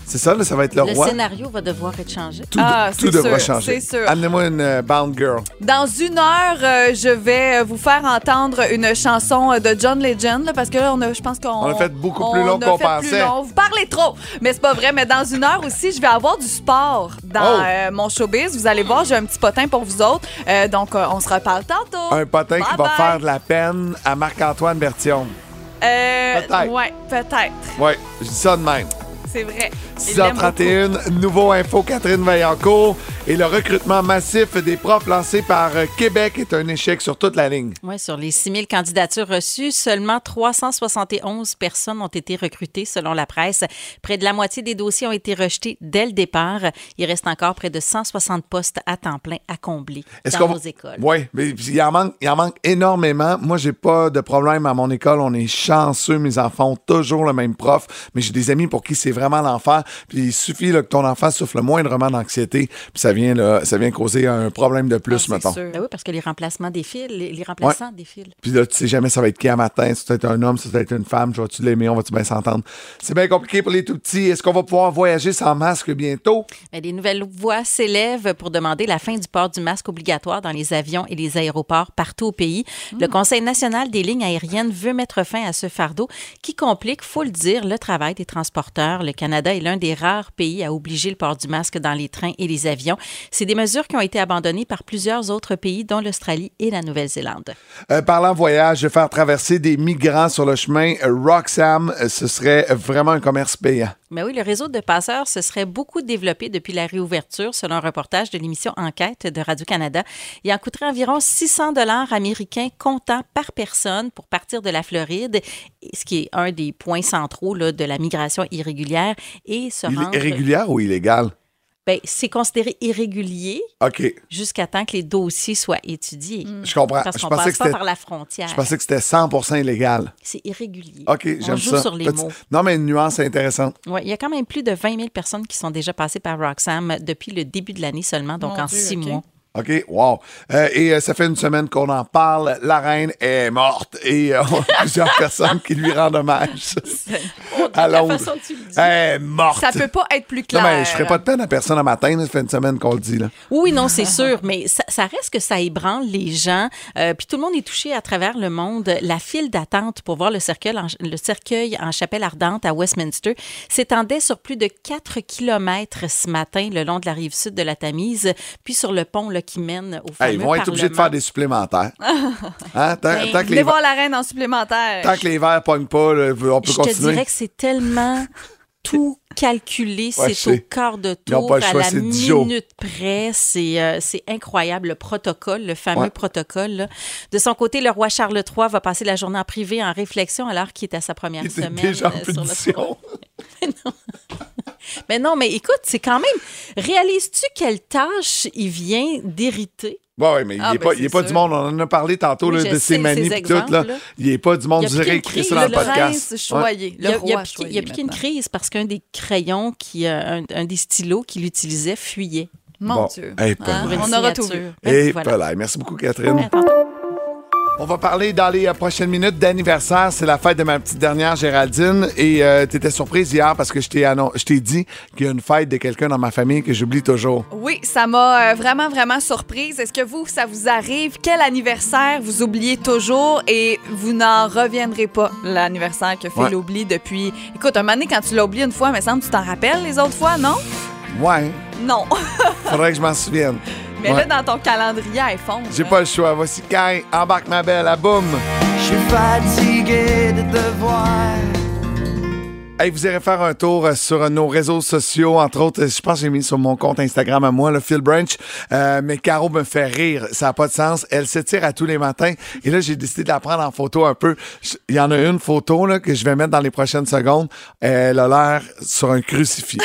Speaker 1: C'est ça, là, ça va être le,
Speaker 10: Le
Speaker 1: roi.
Speaker 10: scénario va devoir être changé.
Speaker 1: Tout,
Speaker 2: Ah,
Speaker 1: tout
Speaker 2: c'est
Speaker 1: devra
Speaker 2: sûr,
Speaker 1: changer.
Speaker 2: c'est sûr.
Speaker 1: Amenez-moi une euh, Bond Girl.
Speaker 2: Dans une heure, euh, je vais vous faire entendre une chanson euh, de John Legend, là, parce que là, on a, je pense qu'on
Speaker 1: On a fait beaucoup plus
Speaker 2: on
Speaker 1: long
Speaker 2: a
Speaker 1: qu'on
Speaker 2: fait plus
Speaker 1: pensait.
Speaker 2: long. Vous parlez trop, mais c'est pas vrai. Mais dans une heure aussi, je vais avoir du sport dans
Speaker 1: Oh.
Speaker 2: euh, mon showbiz. Vous allez voir, j'ai un petit potin pour vous autres. Euh, donc, euh, on se reparle tantôt.
Speaker 1: Un potin qui va
Speaker 2: Bye-bye.
Speaker 1: faire de la peine à Marc-Antoine Bertillon.
Speaker 2: Euh,
Speaker 1: Peut-être.
Speaker 2: Ouais, peut-être.
Speaker 1: Ouais, je dis ça de même.
Speaker 2: C'est vrai. Il l'aime beaucoup.
Speaker 1: 6h31, nouveau info Catherine Vaillancourt et le recrutement massif des profs lancé par euh, Québec est un échec sur toute la ligne.
Speaker 10: Ouais, sur les 6000 candidatures reçues, seulement 371 personnes ont été recrutées selon la presse. Près de la moitié des dossiers ont été rejetés dès le départ. Il reste encore près de 160 postes à temps plein à combler dans nos écoles.
Speaker 1: Oui, mais il en, manque, il en manque énormément. Moi, j'ai pas de problème à mon école. On est chanceux. Mes enfants ont toujours le même prof. Mais j'ai des amis pour qui c'est vraiment l'enfer. Puis il suffit là, que ton enfant souffle le moindrement d'anxiété. Puis ça vient, là, ça vient causer un problème de plus,
Speaker 2: Ah, c'est
Speaker 1: mettons.
Speaker 2: sûr.
Speaker 10: Ben oui, parce que les remplacements défilent, les, les remplaçants défilent.
Speaker 1: Puis là, tu sais jamais ça va être qui à matin. Ça va être un homme, ça va être une femme. Vas-tu l'aimer? On va-tu bien s'entendre? C'est bien compliqué pour les tout petits. Est-ce qu'on va pouvoir voyager sans masque bientôt?
Speaker 10: Ben, des nouvelles voix s'élèvent pour demander la fin du port du masque obligatoire dans les avions et les aéroports partout au pays. Le Conseil national des lignes aériennes veut mettre fin à ce fardeau qui complique, faut le dire, le travail des transporteurs. Le Canada est l'un des rares pays à obliger le port du masque dans les trains et les avions. C'est des mesures qui ont été abandonnées par plusieurs autres pays, dont l'Australie et la Nouvelle-Zélande.
Speaker 1: Euh, parlant voyage, de faire traverser des migrants sur le chemin euh, Roxham, euh, ce serait vraiment un commerce payant.
Speaker 10: Mais Ben oui, le réseau de passeurs se serait beaucoup développé depuis la réouverture, selon un reportage de l'émission Enquête de Radio-Canada. Il en coûterait environ 600 dollars américains comptant par personne pour partir de la Floride, ce qui est un des points centraux là, de la migration irrégulière et se
Speaker 1: Il
Speaker 10: rendre.
Speaker 1: est irrégulière ou illégal?
Speaker 10: Ben, c'est considéré irrégulier
Speaker 1: OK,
Speaker 10: jusqu'à temps que les dossiers soient étudiés.
Speaker 1: je comprends.
Speaker 10: Hmm. Parce
Speaker 1: Mm. Ah, Je
Speaker 10: qu'on
Speaker 1: pensais,
Speaker 10: passe
Speaker 1: que
Speaker 10: pas
Speaker 1: c'était,
Speaker 10: par la frontière.
Speaker 1: je pensais que c'était 100 illégal.
Speaker 10: C'est irrégulier.
Speaker 1: OK,
Speaker 10: On
Speaker 1: j'aime
Speaker 10: joue
Speaker 1: ça.
Speaker 10: sur les
Speaker 1: Petit-
Speaker 10: mots.
Speaker 1: Non, mais une nuance intéressante.
Speaker 10: Ouais, il y a quand même plus de 20 000 personnes qui sont déjà passées par Roxham depuis le début de l'année seulement, donc
Speaker 2: Mon
Speaker 10: en
Speaker 2: Dieu,
Speaker 10: six
Speaker 2: OK.
Speaker 10: mois.
Speaker 1: OK, wow. Euh, et euh, ça fait une semaine qu'on en parle. La reine est morte et euh, on
Speaker 10: <laughs>
Speaker 1: a plusieurs personnes qui lui rendent hommage. <laughs> à
Speaker 10: la
Speaker 1: Londres.
Speaker 10: façon que tu le dis.
Speaker 1: Elle est morte.
Speaker 2: Ça peut pas être plus
Speaker 1: Non,
Speaker 2: clair.
Speaker 1: mais je ferai pas de peine à personne à matin. là. Ça fait une semaine qu'on le dit. Là.
Speaker 10: Oui,
Speaker 2: <laughs>
Speaker 10: non, c'est sûr, mais ça, ça reste que ça ébranle les gens. Euh, puis tout le monde est touché à travers le monde. La file d'attente pour voir le cercueil, en, le cercueil en chapelle ardente à Westminster s'étendait sur plus de 4 kilomètres ce matin le long de la rive sud de la Tamise, puis sur le pont là, qui mène au
Speaker 1: Hey, Ah,
Speaker 10: fameux
Speaker 1: ils vont être obligés de faire
Speaker 10: Parlement.
Speaker 1: des
Speaker 10: <laughs>
Speaker 1: supplémentaires. Hein? Tant,
Speaker 10: Ben,
Speaker 1: tant que
Speaker 2: Venez
Speaker 1: les,
Speaker 2: voir la reine Ben, en supplémentaire.
Speaker 1: tant que les verres pognent pas, là, on peut
Speaker 10: Je te
Speaker 1: continuer.
Speaker 10: dirais que c'est
Speaker 1: <laughs>
Speaker 10: tellement tout calculé,
Speaker 1: Ouais, je
Speaker 10: c'est
Speaker 1: sais.
Speaker 10: au quart de
Speaker 1: Ils ont
Speaker 10: tour,
Speaker 1: pas le
Speaker 10: à
Speaker 1: choix,
Speaker 10: la
Speaker 1: c'est dix jours.
Speaker 10: minute près. C'est euh, c'est incroyable, le protocole, le fameux
Speaker 1: Ouais.
Speaker 10: protocole. là. De son côté, le roi Charles III va passer la journée en privé en réflexion alors qu'il est à sa première
Speaker 1: Il était
Speaker 10: semaine
Speaker 1: déjà en
Speaker 10: euh, sur le
Speaker 1: punition. <laughs>
Speaker 10: trône. Mais non, mais écoute, c'est quand même... Réalises-tu quelle tâche il vient d'hériter?
Speaker 1: Oui, oui, mais
Speaker 2: Ah,
Speaker 1: il n'est pas,
Speaker 2: ben, c'est
Speaker 1: il est pas
Speaker 2: sûr.
Speaker 1: du monde. On en a parlé tantôt
Speaker 10: Oui,
Speaker 1: là,
Speaker 10: je
Speaker 1: de
Speaker 10: sais,
Speaker 1: ses
Speaker 10: ces
Speaker 1: manies et tout.
Speaker 10: exemples,
Speaker 1: Là.
Speaker 10: là.
Speaker 1: Il n'est pas du monde.
Speaker 10: Il y a
Speaker 1: Je dirais
Speaker 10: piqué une
Speaker 1: écrit ça
Speaker 10: crise,
Speaker 1: dans le
Speaker 2: le
Speaker 10: là.
Speaker 1: podcast.
Speaker 2: prince choyé.
Speaker 10: Il y a,
Speaker 2: Le
Speaker 10: il y a
Speaker 2: roi
Speaker 10: piqué,
Speaker 2: choyé
Speaker 10: il y a piqué une
Speaker 2: maintenant.
Speaker 10: crise parce qu'un des crayons, qui, euh, un, un des stylos qu'il utilisait fuyait.
Speaker 2: Mon
Speaker 1: Bon.
Speaker 2: Dieu.
Speaker 1: Hey, pas
Speaker 2: Hein?
Speaker 10: pour une
Speaker 2: On aura tout
Speaker 10: signature.
Speaker 2: vu.
Speaker 10: Ben,
Speaker 1: Et
Speaker 10: voilà.
Speaker 1: voilà. Eh, Merci beaucoup, Catherine.
Speaker 10: Mais attends,
Speaker 1: On va parler dans les euh, prochaines minutes d'anniversaire. C'est la fête de ma petite dernière, Géraldine. Et euh, t'étais surprise hier parce que je t'ai annon- je t'ai dit qu'il y a une fête de quelqu'un dans ma famille que j'oublie toujours.
Speaker 2: Oui, ça m'a euh, vraiment, vraiment surprise. Est-ce que vous, ça vous arrive? Quel anniversaire vous oubliez toujours et vous n'en reviendrez pas? L'anniversaire que Phil
Speaker 1: Ouais.
Speaker 2: oublie depuis... Écoute, un moment donné, quand tu l'as oublié une fois, mais semble que tu t'en rappelles les autres fois, non?
Speaker 1: Ouais,
Speaker 2: Non. <laughs>
Speaker 1: faudrait que je m'en souvienne.
Speaker 2: Mais
Speaker 1: Ouais.
Speaker 2: là, dans ton calendrier, elle fonce.
Speaker 1: J'ai
Speaker 2: hein.
Speaker 1: pas le choix. Voici Kai, embarque ma Ah, belle, à boum.
Speaker 4: Je suis fatigué de te voir.
Speaker 1: Hey, vous irez faire un tour euh, sur nos réseaux sociaux, entre autres, euh, je pense que j'ai mis sur mon compte Instagram à moi, le Phil Branch, Euh, mais Caro me fait rire, ça n'a pas de sens. Elle s'étire à tous les matins et là, j'ai décidé de la prendre en photo un peu. Je- Il y en a une photo là, que je vais mettre dans les prochaines secondes. Elle a l'air sur un
Speaker 2: <laughs>
Speaker 1: crucifix.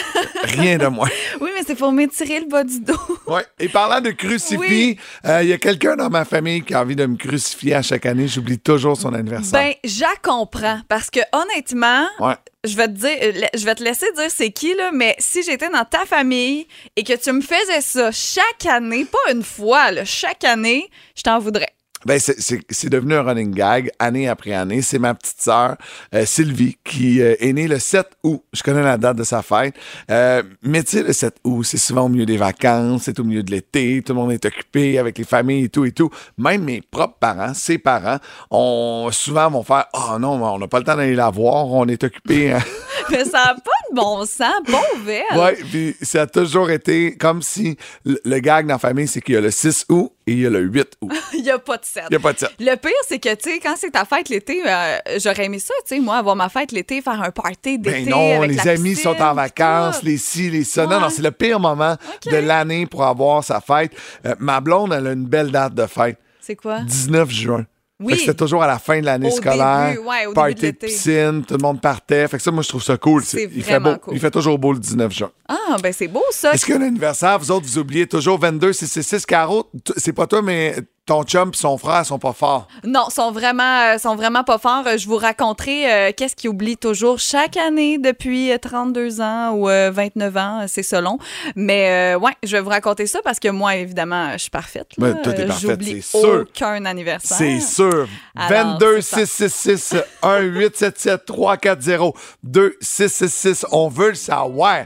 Speaker 1: Rien de moins.
Speaker 2: Oui, mais c'est pour m'étirer le bas du dos.
Speaker 1: Ouais. Et parlant de crucifix, euh, il
Speaker 2: Oui.
Speaker 1: y a quelqu'un dans ma famille qui a envie de me crucifier à chaque année. J'oublie toujours son anniversaire.
Speaker 2: Ben, j'en comprends. Parce que honnêtement,
Speaker 1: Ouais.
Speaker 2: je vais te dire, euh, la- je vais te laisser dire c'est qui, là, mais si j'étais dans ta famille et que tu me faisais ça chaque année, pas une fois, là, chaque année, je t'en voudrais. <laughs>
Speaker 1: Ben, c'est- c'est c'est devenu un running gag année après année. C'est ma petite sœur, euh, Sylvie, qui euh, est née le 7 août. Je connais la date de sa fête. Euh, mais tu sais, le 7 août, c'est souvent au milieu des vacances, c'est au milieu de l'été, tout le monde est occupé avec les familles et tout et tout. Même mes propres parents, ses parents, on, souvent vont faire « Oh non, on n'a pas le temps d'aller la voir, on est occupé. hein. <laughs>
Speaker 2: Mais ça n'a pas de bon sens. Bon verre.
Speaker 1: Ouais, puis ça a toujours été comme si le, le gag dans la famille, c'est qu'il y a le 6 août et il y a le 8 août.
Speaker 2: Il n'y a pas de scène.
Speaker 1: Il n'y a pas de 7.
Speaker 2: Le pire, c'est que, tu sais, quand c'est ta fête l'été, euh, j'aurais aimé ça, tu sais, moi, avoir ma fête l'été, faire un party d'été.
Speaker 1: Ben non,
Speaker 2: avec
Speaker 1: les
Speaker 2: la
Speaker 1: amis
Speaker 2: piscine,
Speaker 1: sont en
Speaker 2: tout
Speaker 1: vacances,
Speaker 2: ça.
Speaker 1: les ci, les ça. Non,
Speaker 2: Ouais.
Speaker 1: non, c'est le pire moment de l'année pour avoir sa fête. Euh, ma blonde, elle a une belle date de fête,
Speaker 2: C'est quoi?
Speaker 1: 19 juin.
Speaker 2: Oui.
Speaker 1: Fait que C'était toujours à la fin de l'année
Speaker 2: Au
Speaker 1: scolaire.
Speaker 2: début, ouais, au début
Speaker 1: party
Speaker 2: de l'été.
Speaker 1: de piscine, tout le monde partait. Fait que ça, moi, je trouve ça cool.
Speaker 2: C'est
Speaker 1: il fait
Speaker 2: vraiment
Speaker 1: beau.
Speaker 2: cool.
Speaker 1: Il fait toujours beau le 19 juin.
Speaker 2: Ah, ben c'est beau, ça.
Speaker 1: Est-ce qu'un anniversaire, vous autres, vous oubliez toujours 22, 666, Caro? t- C'est pas toi, mais ton chum et son frère sont pas forts.
Speaker 2: Non, sont vraiment, euh, sont vraiment pas forts. Euh, Je vous raconterai euh, qu'est-ce qu'ils oublient toujours chaque année depuis euh, 32 ans ou euh, 29 ans, euh, c'est selon. Mais euh, ouais, je vais vous raconter ça parce que moi, évidemment, euh, je suis parfaite. là.
Speaker 1: Ben, toi, t'es
Speaker 2: Euh,
Speaker 1: parfaite,
Speaker 2: J'oublie
Speaker 1: c'est sûr.
Speaker 2: aucun anniversaire.
Speaker 1: C'est sûr.
Speaker 2: Alors,
Speaker 1: 22
Speaker 2: c'est
Speaker 1: 666 1877 340 2666. On veut le savoir.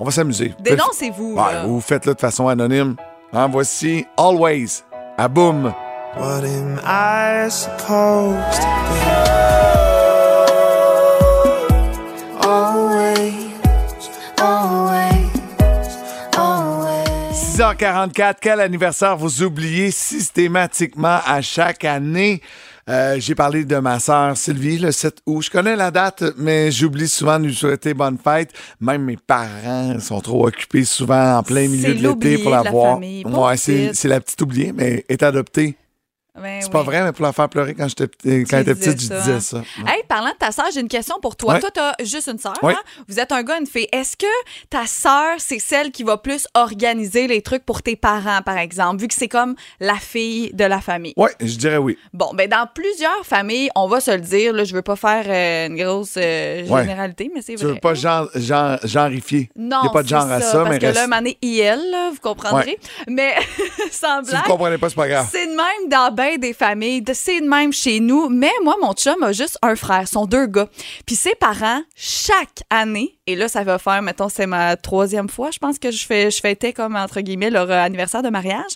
Speaker 1: On va s'amuser.
Speaker 2: Dénoncez-vous.
Speaker 1: Ouais,
Speaker 2: là.
Speaker 1: vous faites-le de façon anonyme. En voici Always. À boum.
Speaker 4: What am I supposed to be? Always,
Speaker 3: always, always.
Speaker 1: 6h44, quel anniversaire vous oubliez systématiquement à chaque année? Euh, J'ai parlé de ma sœur Sylvie le 7 août. Je connais la date, mais j'oublie souvent de lui souhaiter bonne fête. Même mes parents sont trop occupés souvent en plein milieu
Speaker 2: C'est
Speaker 1: de l'été
Speaker 2: l'oublié
Speaker 1: pour
Speaker 2: de
Speaker 1: la
Speaker 2: la
Speaker 1: voir.
Speaker 2: famille. Pauvre
Speaker 1: Ouais, c'est
Speaker 2: petite.
Speaker 1: c'est la petite oubliée, mais est adoptée.
Speaker 2: Ben
Speaker 1: C'est
Speaker 2: oui.
Speaker 1: pas vrai, mais pour la faire pleurer quand j'étais petit- quand elle était
Speaker 2: disais
Speaker 1: petite, je
Speaker 2: ça,
Speaker 1: disais
Speaker 2: hein?
Speaker 1: ça.
Speaker 2: Hey, parlant de ta sœur, j'ai une question pour toi.
Speaker 1: Ouais.
Speaker 2: Toi, t'as juste une sœur.
Speaker 1: Ouais.
Speaker 2: hein? Vous êtes un gars, une fille. Est-ce que ta sœur, c'est celle qui va plus organiser les trucs pour tes parents, par exemple, vu que c'est comme la fille de la famille?
Speaker 1: Ouais, je dirais oui.
Speaker 2: Bon, ben dans plusieurs familles, on va se le dire, là, je veux pas faire euh, une grosse euh,
Speaker 1: Ouais.
Speaker 2: généralité, mais c'est
Speaker 1: Tu
Speaker 2: vrai.
Speaker 1: veux pas genre, genre, genreifier.
Speaker 2: Non,
Speaker 1: Il a pas de
Speaker 2: c'est
Speaker 1: genre à ça,
Speaker 2: parce
Speaker 1: mais
Speaker 2: que
Speaker 1: reste-
Speaker 2: là, mané IL, là, vous comprendrez. Mais <laughs> sans
Speaker 1: Si vous
Speaker 2: blague,
Speaker 1: comprenez pas, c'est pas grave.
Speaker 2: c'est de même dans ben des familles, de- c'est de même chez nous. Mais moi, mon chum a juste un frère, sont deux gars. Puis ses parents, chaque année, et là, ça va faire, mettons, c'est ma troisième fois, je pense que je, fais, je fêtais comme, entre guillemets, leur euh, anniversaire de mariage.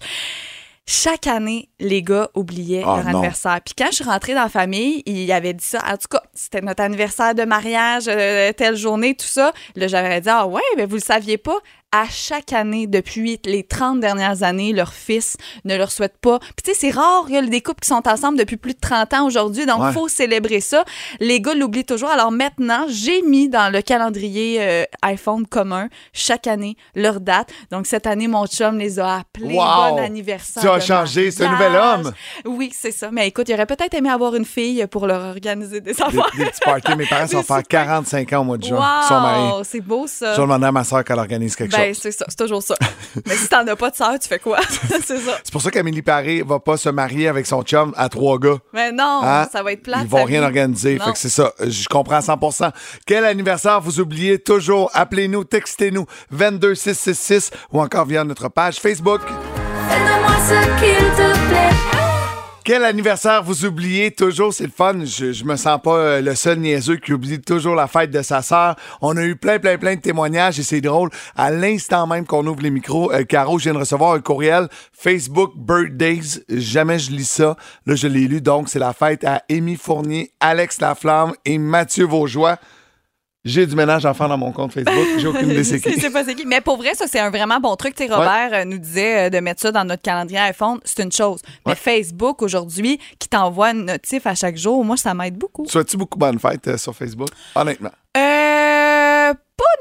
Speaker 2: Chaque année, les gars oubliaient
Speaker 1: Ah,
Speaker 2: leur
Speaker 1: non.
Speaker 2: anniversaire. Puis quand je suis rentrée dans la famille, ils avaient dit ça. En tout cas, c'était notre anniversaire de mariage, euh, telle journée, tout ça. Là, j'avais dit, ah ouais, mais vous le saviez pas. À chaque année, depuis les 30 dernières années, leur fils ne leur souhaite pas. Puis tu sais, c'est rare, il y a des couples qui sont ensemble depuis plus de 30 ans aujourd'hui, donc il
Speaker 1: Ouais.
Speaker 2: faut célébrer ça. Les gars l'oublient toujours. Alors maintenant, j'ai mis dans le calendrier euh, iPhone commun, chaque année, leur date. Donc cette année, mon chum les a appelés.
Speaker 1: Wow!
Speaker 2: Bon anniversaire.
Speaker 1: Tu as
Speaker 2: de
Speaker 1: changé, c'est un
Speaker 2: mariage.
Speaker 1: nouvel homme.
Speaker 2: Oui, c'est ça. Mais écoute, il aurait peut-être aimé avoir une fille pour leur organiser des
Speaker 1: des,
Speaker 2: affaires.
Speaker 1: des petits
Speaker 2: <laughs>
Speaker 1: parties. Mes parents sont
Speaker 2: Des
Speaker 1: faire
Speaker 2: soupers.
Speaker 1: 45 ans au mois de juin. Ils sont mariés.
Speaker 2: Wow, c'est beau ça.
Speaker 1: Je vais demander à ma soeur qu'elle organise quelque
Speaker 2: Ben,
Speaker 1: chose.
Speaker 2: c'est ça, c'est toujours ça. Mais si t'en as pas de sœur, tu
Speaker 1: <laughs>
Speaker 2: fais quoi? c'est ça.
Speaker 1: C'est pour ça qu'Amélie Paré va pas se marier avec son chum à trois gars.
Speaker 2: Mais non,
Speaker 1: Hein?
Speaker 2: ça va être plate.
Speaker 1: Ils vont
Speaker 2: ça,
Speaker 1: rien
Speaker 2: oui.
Speaker 1: organiser.
Speaker 2: Non.
Speaker 1: Fait que c'est ça. Euh, Je comprends à 100 Quel anniversaire vous oubliez toujours? Appelez-nous, textez-nous 22666 ou encore via notre page Facebook.
Speaker 3: Fais de moi ce qu'il te plaît.
Speaker 1: Quel anniversaire vous oubliez toujours? C'est le fun. Je, je me sens pas euh, le seul niaiseux qui oublie toujours la fête de sa sœur. On a eu plein, plein, plein de témoignages et c'est drôle. À l'instant même qu'on ouvre les micros, euh, Caro, je viens de recevoir un courriel Facebook Birthdays. Jamais je lis ça. Là, je l'ai lu. Donc, c'est la fête à Émy Fournier, Alex Laflamme et Mathieu Vaujoie. J'ai du ménage à faire dans mon compte Facebook. J'ai aucune idée c'est
Speaker 2: Je
Speaker 1: qui.
Speaker 2: sais pas <laughs> c'est qui. Mais pour vrai, ça, c'est un vraiment bon truc. Tu sais, Robert euh, nous disait euh, de mettre ça dans notre calendrier iPhone. C'est une chose. Mais
Speaker 1: Ouais.
Speaker 2: Facebook, aujourd'hui, qui t'envoie une notif à chaque jour, moi, ça m'aide beaucoup.
Speaker 1: Sois-tu beaucoup bonne fête euh, sur Facebook? Honnêtement.
Speaker 2: Euh,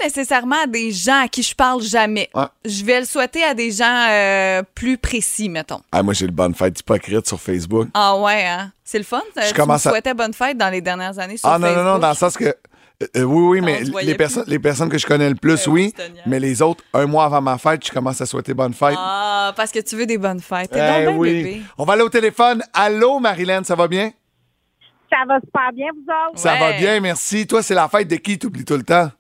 Speaker 2: nécessairement à des gens à qui je parle jamais.
Speaker 1: Ouais.
Speaker 2: Je vais le souhaiter à des gens euh, plus précis, mettons.
Speaker 1: Ah, moi, j'ai le bonne fête hypocrite sur Facebook.
Speaker 2: Ah ouais, hein? C'est le fun. ça?
Speaker 1: Je
Speaker 2: tu
Speaker 1: commence
Speaker 2: me
Speaker 1: à-
Speaker 2: souhaitais bonne fête dans les dernières années sur
Speaker 1: Ah non, non, non,
Speaker 2: Facebook.
Speaker 1: dans le sens que. euh, euh, oui, oui,
Speaker 2: Non, on
Speaker 1: mais
Speaker 2: se
Speaker 1: les,
Speaker 2: voyait
Speaker 1: personnes, les personnes que je connais le plus,
Speaker 2: Ben oui,
Speaker 1: oui.
Speaker 2: c'est génial.
Speaker 1: Mais les autres, un mois avant ma fête, je commence à souhaiter bonne fête.
Speaker 2: Ah, parce que tu veux des bonnes fêtes. T'es
Speaker 1: Eh
Speaker 2: donc bien
Speaker 1: oui.
Speaker 2: bébé.
Speaker 1: On va aller au téléphone. Allô, Marilyn, ça va bien?
Speaker 11: Ça va super bien, vous autres.
Speaker 1: Ça va
Speaker 2: Ouais.
Speaker 1: bien, merci. Toi, c'est la fête de qui? T'oublies tout le temps?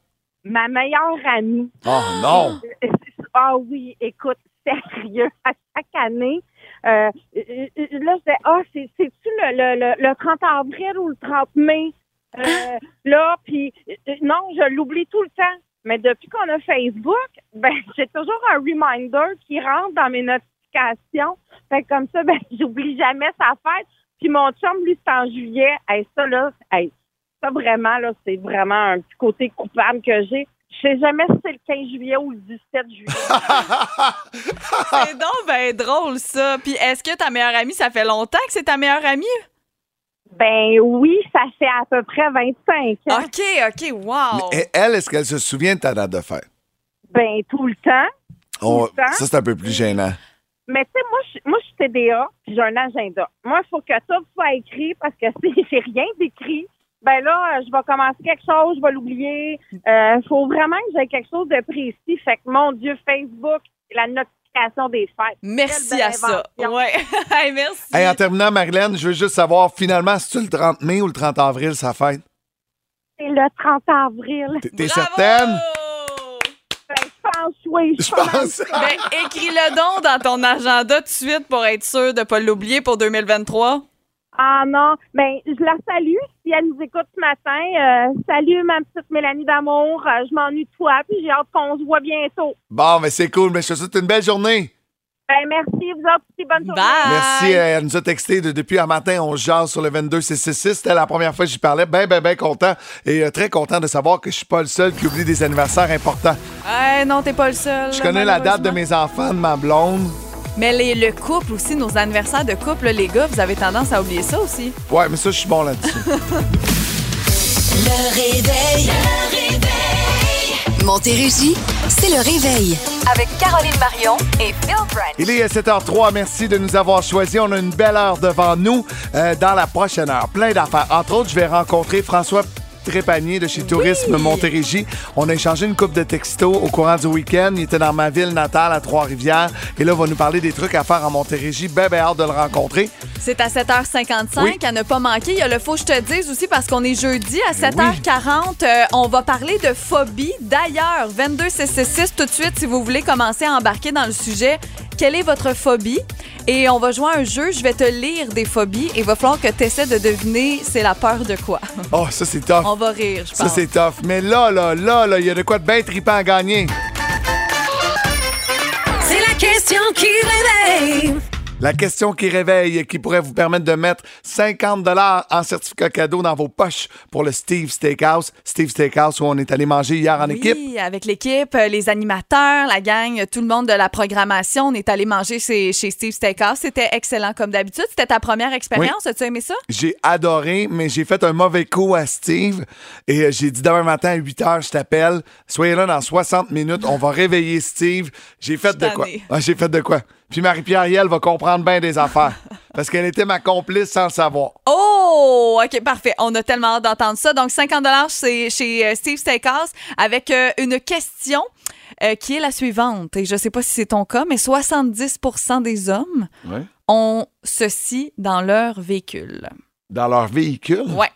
Speaker 11: Ma meilleure amie.
Speaker 1: Oh non!
Speaker 11: <laughs> Ah oui, écoute, sérieux, <laughs> à chaque année, euh, euh, euh, là, je dis, ah, c'est- c'est-tu le, le, le, le 30 avril ou le 30 mai? Euh, là, puis, euh, euh, non, je l'oublie tout le temps. Mais depuis qu'on a Facebook, ben, <laughs> j'ai toujours un reminder qui rentre dans mes notifications. Fait que comme ça, ben, <laughs> j'oublie jamais sa fête. Puis mon chum, lui, c'est en juillet. Hey, ça, là, hey, ça vraiment, là, c'est vraiment un petit côté coupable que j'ai. Je sais jamais si c'est le 15 juillet ou le 17 juillet.
Speaker 2: <laughs>
Speaker 12: <laughs>
Speaker 2: C'est donc ben drôle, ça. Puis est-ce que ta meilleure amie, ça fait longtemps que c'est ta meilleure
Speaker 11: <laughs>
Speaker 2: amie?
Speaker 11: ben oui, ça fait à peu près 25 ans.
Speaker 12: Ah.
Speaker 2: OK, OK, wow.
Speaker 1: Mais eh. elle, est-ce qu'elle se souvient de ta date de fête?
Speaker 11: Ben tout le temps.
Speaker 1: On-
Speaker 11: Tout le temps.
Speaker 1: ça, c'est un peu plus gênant.
Speaker 11: Mais tu sais, moi, je- moi, je suis TDA, puis j'ai un agenda. Moi, il faut que tout soit écrit parce que <laughs> si j'ai rien d'écrit, ben là, euh, je vais commencer quelque chose, je vais l'oublier. Euh, faut vraiment que j'ai quelque chose de précis. Fait que, mon Dieu, Facebook, la notification des fêtes. Quelle
Speaker 2: Merci
Speaker 11: belle
Speaker 2: à ça.
Speaker 11: invention.
Speaker 2: Ouais. <laughs> Hey, merci.
Speaker 1: Hey, en terminant, Marilyn, je veux juste savoir, finalement, c'est-tu le 30 mai ou le 30 avril, sa fête?
Speaker 11: C'est le 30 avril.
Speaker 1: T'es- T'es
Speaker 2: Bravo!
Speaker 1: certaine?
Speaker 11: Ben, je pense, oui, je
Speaker 1: Je
Speaker 11: pense.
Speaker 1: pense.
Speaker 2: Ben, écris-le donc dans ton agenda tout de suite pour être sûr de ne pas l'oublier pour 2023.
Speaker 11: Ah non, ben je la salue si elle nous écoute ce matin. Euh, salut ma petite Mélanie d'amour, Euh, je m'ennuie de toi, puis j'ai hâte qu'on se voit bientôt.
Speaker 1: Bon, mais c'est cool. Mais je te souhaite une belle journée.
Speaker 11: Ben merci, vous autres aussi, bonne journée.
Speaker 2: Bye.
Speaker 1: Merci. euh, Elle nous a texté de- depuis un matin. On se jase sur le 22666. C'était la première fois que j'y parlais. Ben, ben, ben content. Et euh, très content de savoir que je suis pas le seul qui oublie des anniversaires importants.
Speaker 2: Hey, non, t'es pas le seul.
Speaker 1: Je connais la date de
Speaker 2: Ben, malheureusement.
Speaker 1: mes enfants, de ma blonde.
Speaker 2: Mais les- le couple aussi, nos anniversaires de couple, les gars, vous avez tendance à oublier ça aussi.
Speaker 1: Ouais, mais ça, je suis bon là-dessus.
Speaker 13: Le réveil. Montérégie, c'est le réveil.
Speaker 9: Avec Caroline Marion et Phil Branch.
Speaker 1: Il est 7h03. Merci de nous avoir choisis. On a une belle heure devant nous euh, dans la prochaine heure. Plein d'affaires. Entre autres, je vais rencontrer François Trépanier de chez Tourisme Montérégie. On a échangé une coupe de textos au courant du week-end. Il était dans ma ville natale à Trois-Rivières. Et là, il va nous parler des trucs à faire en Montérégie. Ben, ben, hâte de le rencontrer.
Speaker 2: C'est à 7h55
Speaker 1: Oui.
Speaker 2: à ne pas manquer. Il y a le Faut que je te dise aussi parce qu'on est jeudi à 7h40. Euh, on va parler de phobie d'ailleurs. 22666 tout de suite si vous voulez commencer à embarquer dans le sujet. Quelle est votre phobie? Et on va jouer à un jeu. Je vais te lire des phobies et il va falloir que tu essaies de deviner c'est la peur de quoi. <laughs>
Speaker 1: Oh, ça, c'est tough.
Speaker 2: On va rire, je pense.
Speaker 1: Ça, c'est tough. Mais là, là, là, là, il y a de quoi de bien trippant à gagner.
Speaker 14: C'est la question qui réveille.
Speaker 1: La question qui réveille et qui pourrait vous permettre de mettre 50 dollars en certificat cadeau dans vos poches pour le Steve Steakhouse. Steve Steakhouse où on est allé manger hier en
Speaker 2: oui,
Speaker 1: équipe.
Speaker 2: avec l'équipe, euh, les animateurs, la gang, euh, tout le monde de la programmation. On est allé manger chez, chez Steve Steakhouse. C'était excellent comme d'habitude. C'était ta première expérience. As-tu aimé ça?
Speaker 1: J'ai adoré, mais j'ai fait un mauvais coup à Steve et euh, j'ai dit demain matin à 8 h, je t'appelle. Soyez là dans 60 minutes, on va réveiller Steve. J'ai fait de quoi?
Speaker 2: tannée.
Speaker 1: Ah, j'ai fait de quoi? Puis Marie-Pierre Riel va comprendre bien des affaires parce qu'elle était ma complice sans le savoir.
Speaker 2: Oh, OK, parfait. On a tellement hâte d'entendre ça. Donc, 50 chez, chez euh, Steve Steakhouse avec euh, une question euh, qui est la suivante. Et je ne sais pas si c'est ton cas, mais 70 des hommes
Speaker 1: Ouais.
Speaker 2: ont ceci dans leur véhicule.
Speaker 1: Dans leur véhicule?
Speaker 2: Ouais.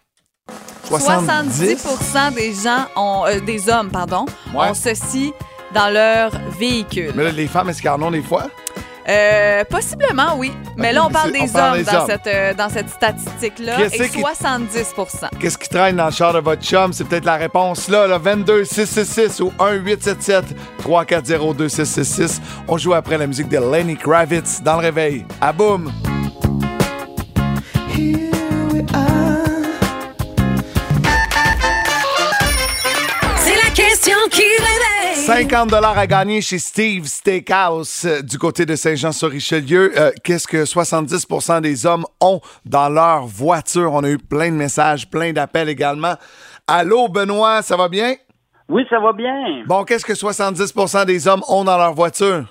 Speaker 2: 70,
Speaker 1: 70?
Speaker 2: des gens ont, euh, des hommes, pardon,
Speaker 1: Ouais.
Speaker 2: ont ceci dans leur véhicule.
Speaker 1: Mais là, les femmes, est-ce qu'ils en ont des fois?
Speaker 2: Euh, possiblement, oui. Mais
Speaker 1: Ok,
Speaker 2: là, on
Speaker 1: mais
Speaker 2: parle
Speaker 1: c'est-
Speaker 2: des
Speaker 1: on parle
Speaker 2: hommes
Speaker 1: des
Speaker 2: dans,
Speaker 1: hommes.
Speaker 2: Cette, euh, dans cette statistique-là.
Speaker 1: Qu'est-ce
Speaker 2: Et
Speaker 1: qui-
Speaker 2: 70
Speaker 1: Qu'est-ce qui traîne dans le char de votre chum? C'est peut-être la réponse là, le 22 666 ou 1 877 340 2666. On joue après la musique de Lenny Kravitz dans le réveil. À boum!
Speaker 14: C'est la question qui réveille.
Speaker 1: 50 à gagner chez Steve Steakhouse euh, du côté de Saint-Jean-sur-Richelieu. Euh, Qu'est-ce que 70 des hommes ont dans leur voiture? On a eu plein de messages, plein d'appels également. Allô, Benoît, ça va bien?
Speaker 15: Oui, ça va bien.
Speaker 1: Bon, qu'est-ce que 70 des hommes ont dans leur voiture?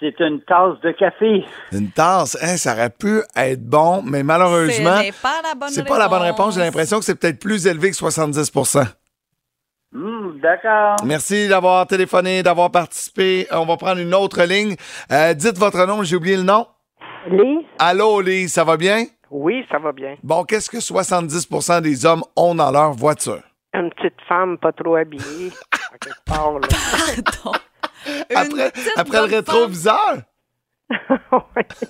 Speaker 15: C'est une tasse de café.
Speaker 1: Une tasse, hein, ça aurait pu être bon, mais malheureusement,
Speaker 15: Ce n'est pas la bonne
Speaker 1: c'est pas la bonne réponse. J'ai
Speaker 15: réponse.
Speaker 1: l'impression que c'est peut-être plus élevé que 70
Speaker 15: Hmm, D'accord.
Speaker 1: Merci d'avoir téléphoné, d'avoir participé. On va prendre une autre ligne. Euh, dites votre nom, j'ai oublié le nom.
Speaker 15: Lise.
Speaker 1: Allô, Lise, ça va bien?
Speaker 12: Oui, ça va bien.
Speaker 1: Bon, qu'est-ce que 70 des hommes ont dans leur voiture?
Speaker 12: Une petite femme pas trop habillée. à quelque part, là.
Speaker 2: <laughs>
Speaker 1: <laughs> Après, après le rétroviseur?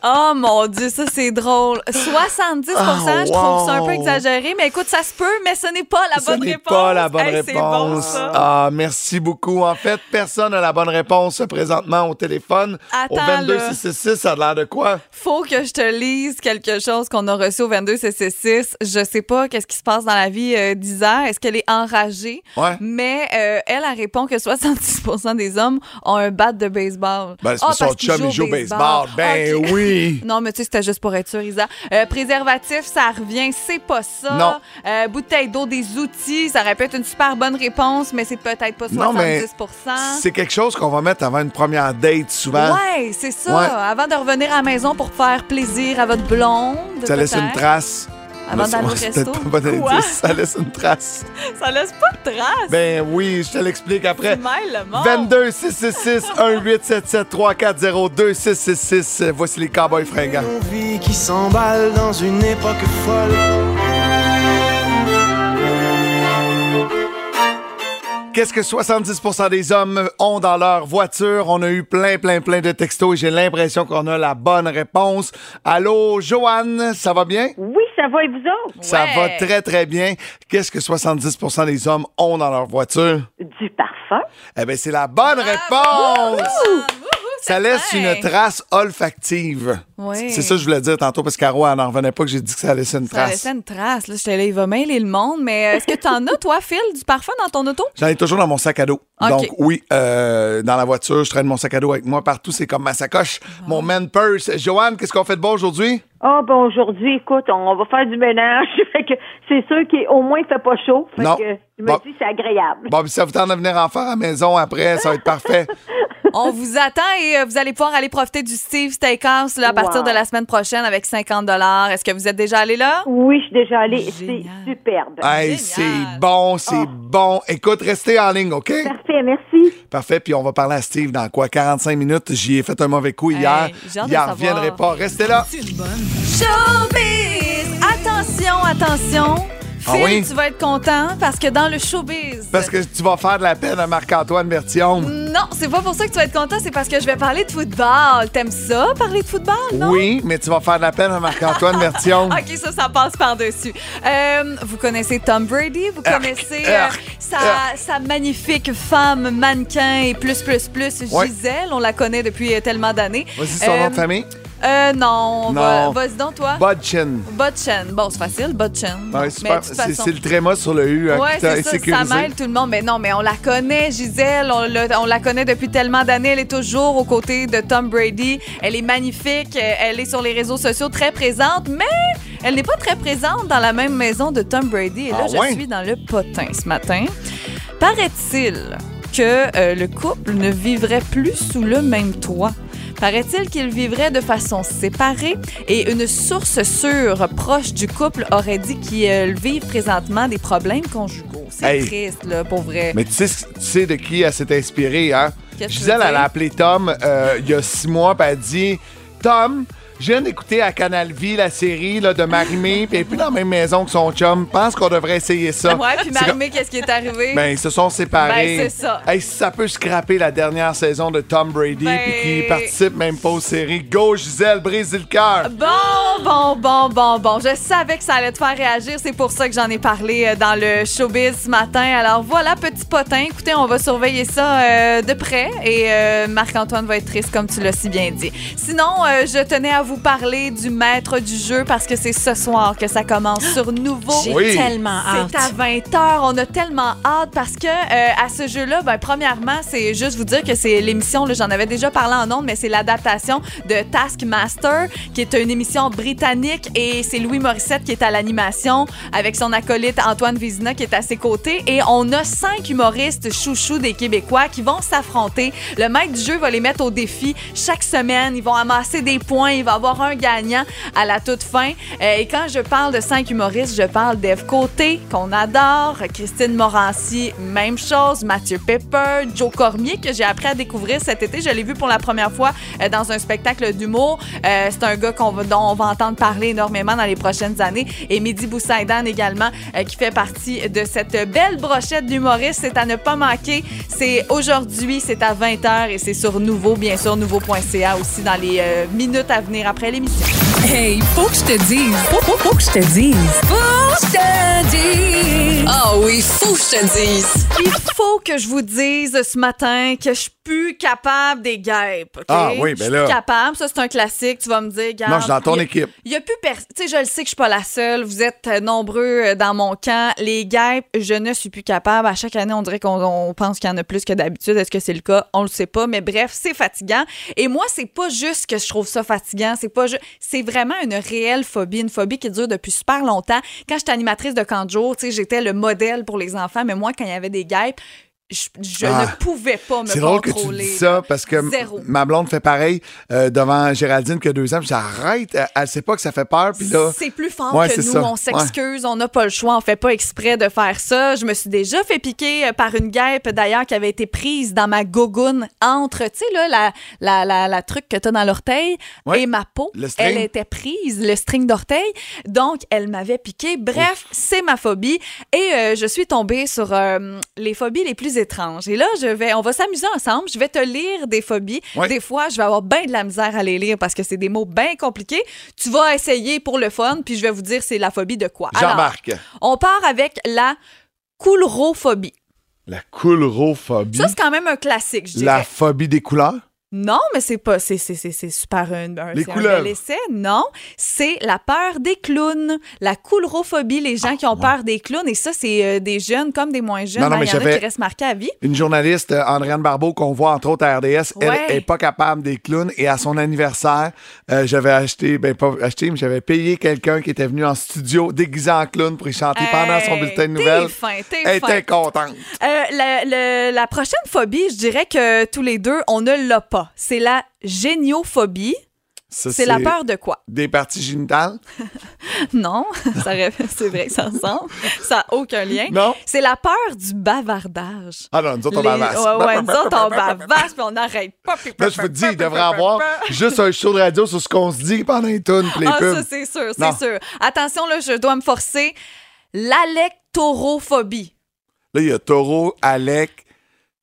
Speaker 2: Oh mon Dieu, ça c'est drôle. 70
Speaker 1: Ah,
Speaker 2: je trouve ça un peu
Speaker 1: wow.
Speaker 2: exagéré, mais écoute, ça se peut, mais ce n'est pas la
Speaker 1: Ce
Speaker 2: bonne
Speaker 1: n'est
Speaker 2: réponse.
Speaker 1: pas la bonne
Speaker 2: Hey, c'est bon,
Speaker 1: réponse.
Speaker 2: ça.
Speaker 1: ah, merci beaucoup. En fait, personne n'a la bonne réponse présentement au téléphone. au
Speaker 2: Attends,
Speaker 1: 22666, ça a l'air de quoi?
Speaker 2: Faut que je te lise quelque chose qu'on a reçu au 22 CC6. Je sais pas qu'est-ce qui se passe dans la vie euh, d'Isa. Est-ce qu'elle est enragée?
Speaker 1: Ouais.
Speaker 2: Mais euh, elle, elle répond que 70 des hommes ont un bat de baseball.
Speaker 1: Ben, c'est
Speaker 2: Ah,
Speaker 1: parce
Speaker 2: parce
Speaker 1: son
Speaker 2: qu'ils
Speaker 1: chum, il joue au baseball. Ben
Speaker 2: Ah, Ok. <laughs>
Speaker 1: oui.
Speaker 2: non, mais tu sais, c'était juste pour être sûr, Isa. Euh, préservatif, ça revient. C'est pas ça.
Speaker 1: Non.
Speaker 2: Euh, bouteille d'eau, des outils, ça aurait pu être une super bonne réponse, mais c'est peut-être pas 70
Speaker 1: Non, mais c'est quelque chose qu'on va mettre avant une première date souvent.
Speaker 2: Hein? Ouais, c'est ça.
Speaker 1: Ouais.
Speaker 2: Avant de revenir à la maison pour faire plaisir à votre blonde.
Speaker 1: Ça laisse une
Speaker 2: peut-être.
Speaker 1: trace.
Speaker 2: Avant
Speaker 1: Là, c'est-
Speaker 2: d'aller
Speaker 1: <laughs>
Speaker 2: au
Speaker 1: c'est
Speaker 2: resto.
Speaker 1: peut-être pas bon
Speaker 2: Quoi?
Speaker 1: indice. Ça laisse une trace.
Speaker 2: <laughs> Ça laisse pas de trace.
Speaker 1: Ben oui, je te l'explique après.
Speaker 2: Tu mêles le monde.
Speaker 1: 22 666 1877 340 2666. Voici les Cowboys fringants.
Speaker 4: Nos vies qui s'emballent dans une époque folle.
Speaker 1: Qu'est-ce que 70% des hommes ont dans leur voiture? On a eu plein, plein, plein de textos et j'ai l'impression qu'on a la bonne réponse. Allô, Joanne, ça va bien?
Speaker 16: Oui, ça va et vous autres?
Speaker 1: Ça va très, très bien. Qu'est-ce que 70% des hommes ont dans leur voiture?
Speaker 16: Du parfum.
Speaker 1: Eh bien, c'est la bonne réponse! Ça laisse une trace olfactive.
Speaker 2: Oui.
Speaker 1: C'est ça que je voulais dire tantôt parce qu'Aro, elle n'en revenait pas que j'ai dit que ça laissait une
Speaker 2: Ça
Speaker 1: trace.
Speaker 2: laissait une trace. Là, j'étais là, il va mêler le monde. Mais euh, est-ce que t'en as, toi, Phil, du parfum dans ton auto?
Speaker 1: J'en ai toujours dans mon sac à dos.
Speaker 2: Ok.
Speaker 1: Donc, oui, euh, dans la voiture, je traîne mon sac à dos avec moi partout. C'est comme ma sacoche, mon man purse. Joanne, qu'est-ce qu'on fait de beau aujourd'hui?
Speaker 16: Ah, bon, aujourd'hui, écoute, on va faire du ménage. <laughs> Fait que c'est sûr qu'au moins, il fait pas chaud. Fait
Speaker 1: Non.
Speaker 16: que je me
Speaker 1: Bon.
Speaker 16: dis, c'est agréable.
Speaker 1: Bon, puis ça vous tente de venir en faire à la maison après, ça va être
Speaker 2: <laughs>
Speaker 1: parfait.
Speaker 2: Ben, On vous attend et euh, vous allez pouvoir aller profiter du Steve Steakhouse là, à partir
Speaker 16: Wow.
Speaker 2: de la semaine prochaine avec 50 Est-ce que vous êtes déjà allé là?
Speaker 16: Oui, je suis déjà allée. C'est superbe.
Speaker 1: Hey, c'est bon, c'est
Speaker 2: Oh.
Speaker 1: bon. Écoute, restez en ligne, OK?
Speaker 16: Parfait, merci.
Speaker 1: Parfait, puis on va parler à Steve dans quoi? 45 minutes. J'y ai fait un mauvais coup hier.
Speaker 2: j'ai hâte
Speaker 1: Il
Speaker 2: de
Speaker 1: n'en reviendrait pas.
Speaker 2: savoir.
Speaker 1: Restez là.
Speaker 2: Showbiz! Attention, attention! Phil,
Speaker 1: Ah oui?
Speaker 2: tu vas être content parce que dans le showbiz,
Speaker 1: Parce que tu vas faire de la peine à Marc-Antoine Berthiaume.
Speaker 2: Non, c'est pas pour ça que tu vas être content, c'est parce que je vais parler de football. T'aimes ça, parler de football?
Speaker 1: Oui, mais tu vas faire de la peine à Marc-Antoine Berthiaume.
Speaker 2: <laughs> OK, ça, ça passe par-dessus. Euh, vous connaissez Tom Brady, vous
Speaker 1: Arc,
Speaker 2: connaissez euh,
Speaker 1: arc,
Speaker 2: sa,
Speaker 1: arc.
Speaker 2: sa magnifique femme mannequin et plus, plus, plus,
Speaker 1: Ouais.
Speaker 2: Gisèle. On la connaît depuis euh, tellement d'années.
Speaker 1: Vas-y, son
Speaker 2: Euh, ah.
Speaker 1: nom de famille?
Speaker 2: Euh, non, on va-
Speaker 1: Non.
Speaker 2: vas-y donc, toi.
Speaker 1: Bodchin.
Speaker 2: Botchen. Bon, c'est facile, Botchen.
Speaker 1: Ouais,
Speaker 2: Mais
Speaker 1: super.
Speaker 2: de toute
Speaker 1: C'est
Speaker 2: façon-
Speaker 1: c'est le tréma sur le U hein,
Speaker 2: Ouais,
Speaker 1: qui t'a
Speaker 2: c'est ça, ça
Speaker 1: sécurisé.
Speaker 2: mêle tout le monde. Mais non, mais on la connaît, Gisèle. On, le- on la connaît depuis tellement d'années. Elle est toujours aux côtés de Tom Brady. Elle est magnifique. euh, Elle est sur les réseaux sociaux très présente, mais elle n'est pas très présente dans la même maison de Tom Brady. Et là,
Speaker 17: Ah
Speaker 2: je
Speaker 17: ouais?
Speaker 2: suis dans le potin ce matin. Paraît-il que euh, le couple ne vivrait plus sous le même toit. Paraît-il qu'ils vivraient de façon séparée et une source sûre proche du couple aurait dit qu'ils euh, vivent présentement des problèmes conjugaux. C'est
Speaker 1: Hey.
Speaker 2: triste, là, pour vrai.
Speaker 1: Mais tu sais, tu sais de qui elle s'est inspirée, hein?
Speaker 2: Qu'est-ce que tu
Speaker 1: Gisèle,
Speaker 2: veux
Speaker 1: elle
Speaker 2: dire?
Speaker 1: a appelé Tom euh, il y a six mois, puis elle a dit Tom, je viens d'écouter à Canal Vie la série là, de
Speaker 2: <laughs>
Speaker 1: Marimé, puis elle est plus dans la même maison que son chum. Pense qu'on devrait essayer ça.
Speaker 2: Ouais, puis
Speaker 1: C'est comme-
Speaker 2: Marimé, qu'est-ce qui est arrivé?
Speaker 1: Ben, ils se sont séparés.
Speaker 2: Ben, c'est ça.
Speaker 1: Hey, si ça peut scraper la dernière saison de Tom Brady,
Speaker 2: Ben-
Speaker 1: puis qu'il participe même pas aux séries, go Gisèle, brise le cœur!
Speaker 2: ben, Bon, bon, bon, bon, bon. Je savais que ça allait te faire réagir. C'est pour ça que j'en ai parlé euh, dans le showbiz ce matin. Alors voilà, petit potin. Écoutez, on va surveiller ça euh, de près et euh, Marc-Antoine va être triste, comme tu l'as si bien dit. Sinon, euh, je tenais à vous parler du maître du jeu parce que c'est ce soir que ça commence sur Nouveau.
Speaker 10: J'ai Oui. tellement
Speaker 2: C'est à 20h. On a tellement hâte parce que euh, à ce jeu-là, ben, premièrement, c'est juste vous dire que c'est l'émission, là, j'en avais déjà parlé en ondes, mais c'est l'adaptation de Taskmaster, qui est une émission britannique et c'est Louis Morissette qui est à l'animation avec son acolyte Antoine Vézina qui est à ses côtés. Et on a cinq humoristes chouchous des Québécois qui vont s'affronter. Le maître du jeu va les mettre au défi chaque semaine. Ils vont amasser des points. Il va y avoir un gagnant à la toute fin. Euh, et quand je parle de cinq humoristes, je parle d'Ève Côté, qu'on adore, Christine Morancy, même chose, Mathieu Pepper, Joe Cormier, que j'ai appris à découvrir cet été. Je l'ai vu pour la première fois euh, dans un spectacle d'humour. Euh, c'est un gars qu'on va- dont on va entendre parler énormément dans les prochaines années. Et Mehdi Boussaïdan également, euh, qui fait partie de cette belle brochette d'humoristes. C'est à ne pas manquer. C'est aujourd'hui, c'est à 20h et c'est sur Nouveau, bien sûr, nouveau.ca aussi dans les euh, minutes à venir après l'émission.
Speaker 9: Hey, faut que je te dise. Faut, faut, faut que je te dise.
Speaker 7: Faut que je te dise. Ah oui, faut que je te dise.
Speaker 2: Il faut que je vous dise ce matin que je suis plus capable des guêpes. ok?
Speaker 1: Ah oui, ben
Speaker 2: je suis
Speaker 1: là.
Speaker 2: plus capable. Ça, c'est un classique. Tu vas me dire, garde.
Speaker 1: Non, je suis dans ton
Speaker 2: il y a-
Speaker 1: équipe.
Speaker 2: Il y a plus personne. Tu sais, je le sais que je suis pas la seule. Vous êtes euh, nombreux euh, dans mon camp. Les guêpes, je ne suis plus capable. À chaque année, on dirait qu'on on pense qu'il y en a plus que d'habitude. Est-ce que c'est le cas? On le sait pas. Mais bref, c'est fatigant. Et moi, c'est pas juste que je trouve ça fatigant. C'est pas ju- C'est vraiment une réelle phobie. Une phobie qui dure depuis super longtemps. Quand j'étais animatrice de camp de jour, tu sais, j'étais le modèle pour les enfants. Mais moi, quand il y avait des guêpes, je, je
Speaker 1: Ah.
Speaker 2: ne pouvais pas me
Speaker 1: C'est drôle que
Speaker 2: contrôler.
Speaker 1: tu dis ça parce que m-
Speaker 2: Zéro.
Speaker 1: ma blonde fait pareil euh, devant Géraldine qui a deux ans. puis J'arrête, elle, elle sait pas que ça fait peur. Puis là,
Speaker 2: C'est plus fort
Speaker 1: Ouais,
Speaker 2: que
Speaker 1: c'est
Speaker 2: nous.
Speaker 1: ça.
Speaker 2: On s'excuse, on n'a pas le choix, on fait pas exprès de faire ça. Je me suis déjà fait piquer euh, par une guêpe, d'ailleurs, qui avait été prise dans ma gogoune entre, tu sais, là, la, la, la, la truc que t'as dans l'orteil
Speaker 1: Ouais.
Speaker 2: et ma peau.
Speaker 1: Le string.
Speaker 2: elle était prise, le string d'orteil. Donc, elle m'avait piqué. Bref, c'est ma phobie. Et euh, je suis tombée sur euh, les phobies les plus étranges. Et là, je vais, on va s'amuser ensemble. Je vais te lire des phobies.
Speaker 1: Ouais.
Speaker 2: Des fois, je vais avoir bien de la misère à les lire parce que c'est des mots bien compliqués. Tu vas essayer pour le fun, puis je vais vous dire c'est la phobie de quoi. Alors,
Speaker 1: j'embarque.
Speaker 2: on part avec la coulrophobie.
Speaker 1: La coulrophobie.
Speaker 2: Ça, c'est quand même un classique, je
Speaker 1: Hmm. La
Speaker 2: dirais.
Speaker 1: phobie des couleurs.
Speaker 2: Non, mais c'est pas. C'est, c'est, c'est, c'est super un, un,
Speaker 1: Les
Speaker 2: c'est un
Speaker 1: couleurs.
Speaker 2: bel essai. Non, c'est la peur des clowns, la coulrophobie, les gens qui ont peur des clowns. Et ça, c'est euh, des jeunes comme des moins jeunes.
Speaker 1: Non, non,
Speaker 2: hein.
Speaker 1: mais
Speaker 2: Il y en a
Speaker 1: j'avais-
Speaker 2: qui restent marqués à vie.
Speaker 1: Une journaliste, euh, Andréane Barbeau, qu'on voit entre autres à RDS,
Speaker 2: Ouais.
Speaker 1: elle est pas capable des clowns. Et à son anniversaire, euh, j'avais acheté, ben pas acheté, mais j'avais payé quelqu'un qui était venu en studio déguisé en clown pour y chanter pendant son
Speaker 2: Hey,
Speaker 1: bulletin de
Speaker 2: Euh, t'es
Speaker 1: nouvelles.
Speaker 2: fin, t'es
Speaker 1: elle était
Speaker 2: fin.
Speaker 1: contente.
Speaker 2: Euh, la, le- la prochaine phobie, je dirais que tous les deux, on ne l'a pas. C'est la géniophobie.
Speaker 1: Ça,
Speaker 2: C'est la peur de quoi? <laughs>
Speaker 1: Des parties génitales.
Speaker 2: Non, ça aurait- c'est vrai que ça ressemble. Ça n'a aucun lien.
Speaker 1: Non.
Speaker 2: C'est la peur du bavardage.
Speaker 1: Ah non, nous autres, on
Speaker 2: Les-
Speaker 1: bavasse.
Speaker 2: Ouais, ouais, nous autres, on bavasse, puis on n'arrête pas. puis-
Speaker 1: Là, je vous dis, il devrait avoir juste un show de radio sur ce qu'on se dit pendant les tunes pis les
Speaker 2: Ah, ça,
Speaker 1: pubs.
Speaker 2: c'est sûr,
Speaker 1: Non.
Speaker 2: c'est sûr. Attention, là, je dois me forcer. L'alectorophobie.
Speaker 1: Là, il y a Taureau, Alec.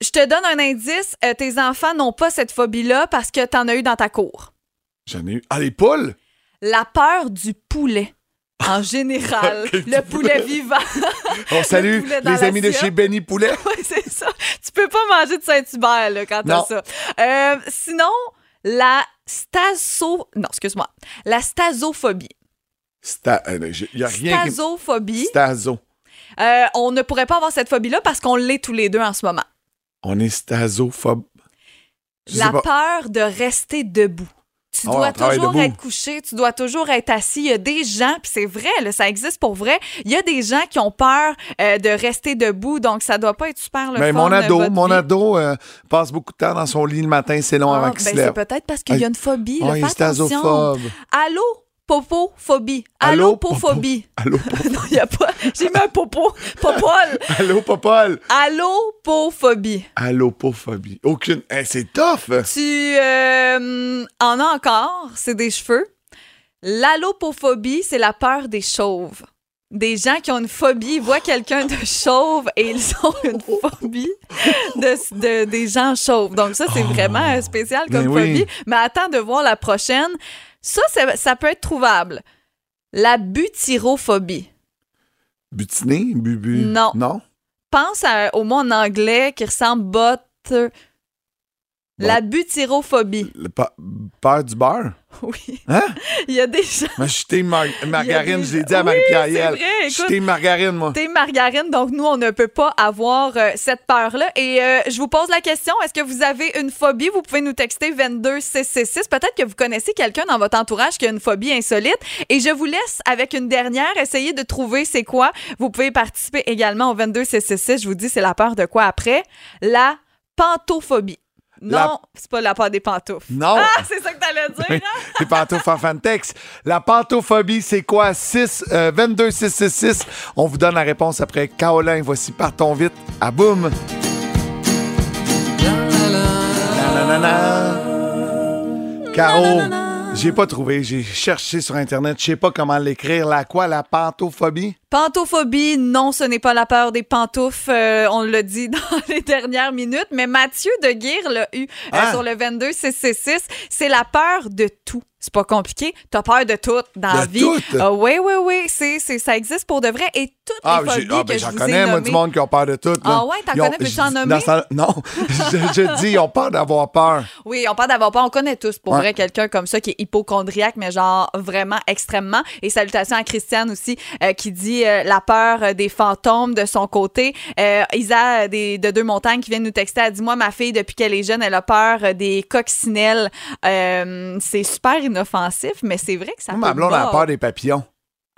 Speaker 2: Je te donne un indice. euh, tes enfants n'ont pas cette phobie-là parce que t'en as eu dans ta cour.
Speaker 1: J'en ai eu. Ah, les poules!
Speaker 2: La peur du poulet.
Speaker 1: <laughs>
Speaker 2: En général, le poulet vivant. <laughs>
Speaker 1: On salue
Speaker 2: poulet dans
Speaker 1: les amis de
Speaker 2: l'assiette.
Speaker 1: chez Benny Poulet.
Speaker 2: Ouais, c'est ça. Tu peux pas manger de Saint-Hubert là, quand t'as
Speaker 1: Non.
Speaker 2: ça. Euh, sinon, la staso... Non, excuse-moi. La stasophobie.
Speaker 1: Sta- euh, j'ai- Il y a rien qui...
Speaker 2: Stasophobie.
Speaker 1: Stazo.
Speaker 2: Euh, on ne pourrait pas avoir cette phobie-là parce qu'on l'est tous les deux en ce moment.
Speaker 1: On est stasophobe. Je sais
Speaker 2: la
Speaker 1: pas.
Speaker 2: peur de rester debout. Tu
Speaker 1: Ah ouais,
Speaker 2: dois
Speaker 1: on travaille
Speaker 2: toujours
Speaker 1: debout.
Speaker 2: être couché, tu dois toujours être assis. Il y a des gens, puis c'est vrai, là, ça existe pour vrai. Il y a des gens qui ont peur euh, de rester debout, donc ça doit pas être super le
Speaker 1: Ben,
Speaker 2: fun,
Speaker 1: mon
Speaker 2: euh,
Speaker 1: ado,
Speaker 2: votre
Speaker 1: mon
Speaker 2: vie.
Speaker 1: ado euh, passe beaucoup de temps dans son lit le matin, c'est long
Speaker 2: Ah,
Speaker 1: avant
Speaker 2: ben,
Speaker 1: qu'il se
Speaker 2: c'est
Speaker 1: lève.
Speaker 2: peut-être parce qu'il y a
Speaker 1: Ah,
Speaker 2: une phobie.
Speaker 1: ah,
Speaker 2: là,
Speaker 1: il
Speaker 2: fais
Speaker 1: est stasophobe.
Speaker 2: attention. Allô, popophobie.
Speaker 1: Allô,
Speaker 2: Allô, popophobie. <laughs>
Speaker 1: Allô,
Speaker 2: non, il n'y a pas. J'ai mis un popo. Popol.
Speaker 1: Allô, Popol!
Speaker 2: Allô, pophobie.
Speaker 1: Allopophobie. Aucune. Hey, c'est tough!
Speaker 2: Tu euh, en as encore, c'est des cheveux. L'allopophobie, c'est la peur des chauves. Des gens qui ont une phobie, ils voient quelqu'un de chauve et ils ont une phobie de, de- des gens chauves. Donc ça, c'est vraiment euh, spécial comme
Speaker 1: Ben Oh. oui.
Speaker 2: phobie. Mais attends de voir la prochaine. Ça, ça, ça peut être trouvable. La butyrophobie.
Speaker 1: Butiné? Bubu?
Speaker 2: Non.
Speaker 1: Non?
Speaker 2: Pense à- au mot en anglais qui ressemble butter. La butyrophobie.
Speaker 1: Le pa- peur du beurre?
Speaker 2: <laughs> Oui.
Speaker 1: Hein?
Speaker 2: Il y a des gens.
Speaker 1: Moi, je suis team mar- margarine,
Speaker 2: des-
Speaker 1: je l'ai dit à
Speaker 2: Oui,
Speaker 1: Marie-Pierre.
Speaker 2: c'est
Speaker 1: Hiel.
Speaker 2: vrai,
Speaker 1: Je suis
Speaker 2: écoute.
Speaker 1: team margarine, moi.
Speaker 2: T'es margarine, donc nous, on ne peut pas avoir euh, cette peur-là. Et euh, je vous pose la question, est-ce que vous avez une phobie? Vous pouvez nous texter 22666. Peut-être que vous connaissez quelqu'un dans votre entourage qui a une phobie insolite. Et je vous laisse avec une dernière. Essayez de trouver c'est quoi. Vous pouvez participer également au 22666. Je vous dis, c'est la peur de quoi après? La pantophobie. Non,
Speaker 1: La-
Speaker 2: c'est pas la peur des pantoufles.
Speaker 1: <laughs> Non.
Speaker 2: Ah, c'est ça que t'allais dire.
Speaker 1: Oui, Les pantoufles en fantex. La pantophobie, c'est quoi? 6, euh, 22 666. On vous donne la réponse après Caolin. Voici Partons vite à Boum. Nanana. Caro, j'ai pas trouvé. J'ai cherché sur Internet. Je sais pas comment l'écrire. La quoi? La pantophobie?
Speaker 2: Pantophobie, non, ce n'est pas la peur des pantoufles. euh, on le dit <laughs> dans les dernières minutes, mais Mathieu Deguire l'a eu euh,
Speaker 1: Ah.
Speaker 2: sur le 22 666. C'est la peur de tout. C'est pas compliqué. T'as peur de tout dans
Speaker 1: De
Speaker 2: la vie.
Speaker 1: tout?
Speaker 2: Ah oui, oui, oui. C'est, c'est, ça existe pour de vrai. Et toutes les
Speaker 1: j'ai-
Speaker 2: phobies
Speaker 1: ah,
Speaker 2: que
Speaker 1: ben,
Speaker 2: je
Speaker 1: j'en
Speaker 2: vous
Speaker 1: connais,
Speaker 2: ai
Speaker 1: moi,
Speaker 2: nommées.
Speaker 1: du monde qui ont peur de tout. là.
Speaker 2: Ah ouais, t'en
Speaker 1: Ils ont-
Speaker 2: connais, peux-tu en
Speaker 1: je- dans
Speaker 2: nommer?
Speaker 1: ça- Non, <laughs> je, je dis, ils ont peur d'avoir peur.
Speaker 2: Oui, on parle d'avoir peur. On connaît tous, pour
Speaker 1: Ouais.
Speaker 2: vrai, quelqu'un comme ça qui est hypochondriaque, mais genre vraiment extrêmement. Et salutations à Christiane aussi, euh, qui dit euh, la peur euh, des fantômes de son côté. Euh, Isa euh, des, de Deux Montagnes qui vient de nous texter, elle dit Moi, ma fille, depuis qu'elle est jeune, elle a peur euh, des coccinelles. Euh, c'est super inoffensif, mais c'est vrai que ça
Speaker 1: Moi, ma
Speaker 2: peut
Speaker 1: blonde a
Speaker 2: mordre.
Speaker 1: peur des papillons.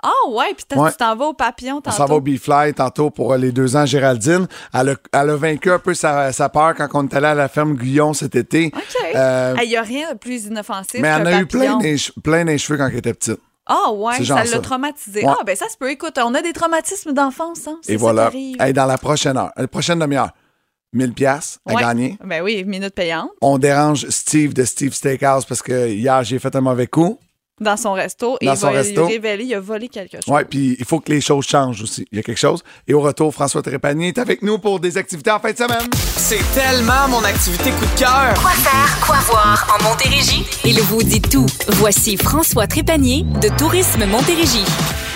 Speaker 2: Ah, ouais, puis t'as-
Speaker 1: Ouais.
Speaker 2: tu t'en vas au papillon
Speaker 1: On
Speaker 2: tantôt.
Speaker 1: s'en va au B-Fly tantôt pour euh, les deux ans, Géraldine. Elle a, elle a vaincu un peu sa, sa peur quand on est allé à la ferme Guyon cet été.
Speaker 2: OK. Il
Speaker 1: Euh,
Speaker 2: n'y a rien de plus inoffensif
Speaker 1: mais
Speaker 2: qu'un
Speaker 1: elle a eu plein
Speaker 2: papillon.
Speaker 1: des, che- plein des cheveux quand elle était petite.
Speaker 2: Ah ouais,
Speaker 1: C'est genre
Speaker 2: ça
Speaker 1: ça.
Speaker 2: l'a traumatisé.
Speaker 1: Ouais.
Speaker 2: Ah ben ça se peut. Écoute, on a des traumatismes d'enfance, hein. C'est
Speaker 1: Et
Speaker 2: ça
Speaker 1: voilà.
Speaker 2: qui arrive.
Speaker 1: Hey, dans la prochaine heure, la prochaine demi-heure, 1000 pièces à
Speaker 2: Ouais.
Speaker 1: gagner.
Speaker 2: Ben oui, minute payante
Speaker 1: On dérange Steve de Steve Steakhouse parce que hier, j'ai fait un mauvais coup.
Speaker 2: dans son resto. et
Speaker 1: Dans
Speaker 2: il
Speaker 1: son
Speaker 2: va lui
Speaker 1: resto.
Speaker 2: révéler, il a volé quelque chose.
Speaker 1: Oui, puis il faut que les choses changent aussi. Il y a quelque chose. Et au retour, François Trépanier est avec nous pour des activités en fin de semaine.
Speaker 9: C'est tellement mon activité coup de cœur.
Speaker 7: Quoi faire, quoi voir en Montérégie? Il vous dit tout. Voici François Trépanier de Tourisme Montérégie.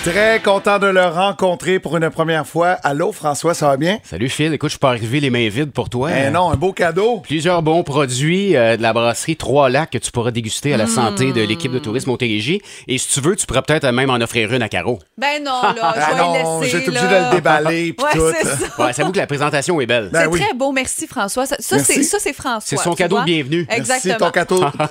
Speaker 1: Très content de le rencontrer pour une première fois. Allô, François, ça va bien?
Speaker 17: Salut Phil, écoute, je peux arriver les mains vides pour toi.
Speaker 1: Eh non, un beau cadeau.
Speaker 17: Plusieurs bons produits euh, de la brasserie Trois Lacs que tu pourras déguster à la santé de l'équipe de tourisme Montérégie. Et si tu veux, tu pourrais peut-être même en offrir une à Caro.
Speaker 2: Ben non, là,
Speaker 17: Ah
Speaker 2: je vais
Speaker 17: non,
Speaker 2: le laisser.
Speaker 17: j'étais obligé
Speaker 2: là.
Speaker 17: de le déballer, puis
Speaker 2: Ouais,
Speaker 17: tout.
Speaker 2: c'est ça.
Speaker 17: Ouais, j'avoue que la présentation est belle.
Speaker 1: Ben
Speaker 2: c'est très beau, merci François. Ça, ça,
Speaker 17: Merci.
Speaker 2: c'est ça, c'est François.
Speaker 17: C'est son
Speaker 2: tu
Speaker 17: cadeau
Speaker 2: vois?
Speaker 17: de bienvenue.
Speaker 2: Exactement.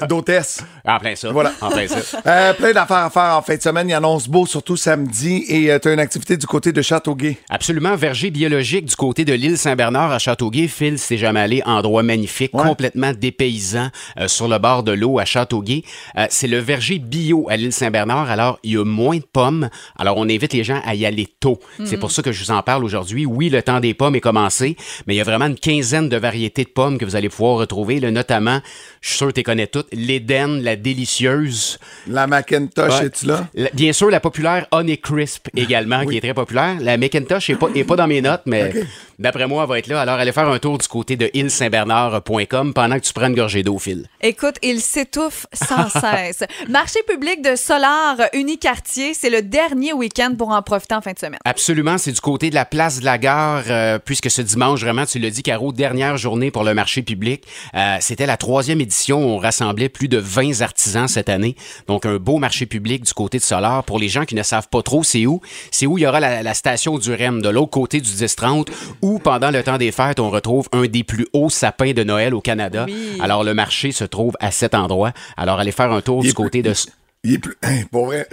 Speaker 2: <laughs>
Speaker 1: d'hôtesse.
Speaker 17: En plein ça.
Speaker 1: Voilà.
Speaker 17: En plein ça.
Speaker 1: Euh, plein d'affaires à faire en fin de semaine. Il annonce beau, surtout samedi. Et tu as une activité du côté de Châteauguay.
Speaker 17: Absolument, verger biologique du côté de l'île Saint-Bernard à Châteauguay. Phil, c'est jamais allé, endroit magnifique, complètement dépaysant, euh, sur le bord de l'eau à Châteauguay. Euh, c'est le verger bio à l'île Saint-Bernard, alors il y a moins de pommes, alors on invite les gens à y aller tôt. C'est
Speaker 18: Mhm.
Speaker 17: pour ça que je vous en parle aujourd'hui. Oui, le temps des pommes est commencé, mais il y a vraiment une quinzaine de variétés de pommes que vous allez pouvoir retrouver, là, notamment, je suis sûr que tu les connais toutes, l'Éden, la délicieuse.
Speaker 1: La Macintosh, es-tu là?
Speaker 17: La- Bien sûr, la populaire Honey Crisp également, qui est très populaire. La Macintosh n'est pas, est pas dans mes notes, mais d'après moi, elle va être là. Alors, allez faire un tour du côté de euh, îlesaintbernard.com pendant que tu prends une gorgée d'eau, Phil.
Speaker 2: Écoute, il s'étouffe
Speaker 1: <laughs>
Speaker 2: sans cesse. Marché public de Solar Unicartier, c'est le dernier week-end pour en profiter en fin de semaine.
Speaker 17: Absolument, c'est du côté de la place de la gare, euh, puisque ce dimanche, vraiment, tu l'as dit, Caro, dernière journée pour le marché public. Euh, C'était la troisième édition, on rassemblait plus de 20 artisans cette année. Donc, un beau marché public du côté de Solar. Pour les gens qui ne savent pas trop c'est où, c'est où il y aura la, la station du REM, de l'autre côté du 10-30, où pendant le temps des fêtes, on retrouve un des plus hauts sapins de Noël au Canada. Alors, le marché se trouve à cet endroit. Alors, allez faire un tour du côté de...
Speaker 1: Il est plus... Hein, Pour vrai...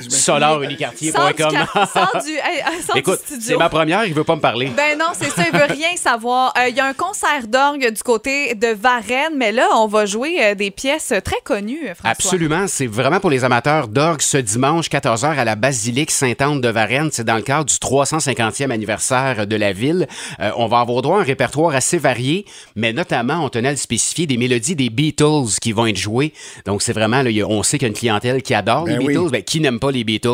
Speaker 2: Sors du,
Speaker 17: SolarUnicartier.com.
Speaker 2: car- sors du-
Speaker 17: <laughs>
Speaker 2: hey, sors du
Speaker 17: Écoute,
Speaker 2: studio.
Speaker 17: c'est ma première, il veut pas me parler.
Speaker 2: Ben non, c'est ça, il veut rien savoir. Euh, Il y a un concert d'orgue du côté de Varennes, mais là, on va jouer euh, des pièces très connues, euh, François.
Speaker 17: Absolument, c'est vraiment pour les amateurs d'orgue ce dimanche 14h à la basilique Sainte-Anne de Varennes, c'est dans le cadre du 350e anniversaire de la ville. Euh, on va avoir droit à un répertoire assez varié, mais notamment on tenait à le spécifier des mélodies des Beatles qui vont être jouées. Donc c'est vraiment là, il y a- on sait qu'il y a une clientèle qui adore j'adore les
Speaker 18: Ben oui.
Speaker 17: Beatles. Ben, qui n'aime pas les Beatles?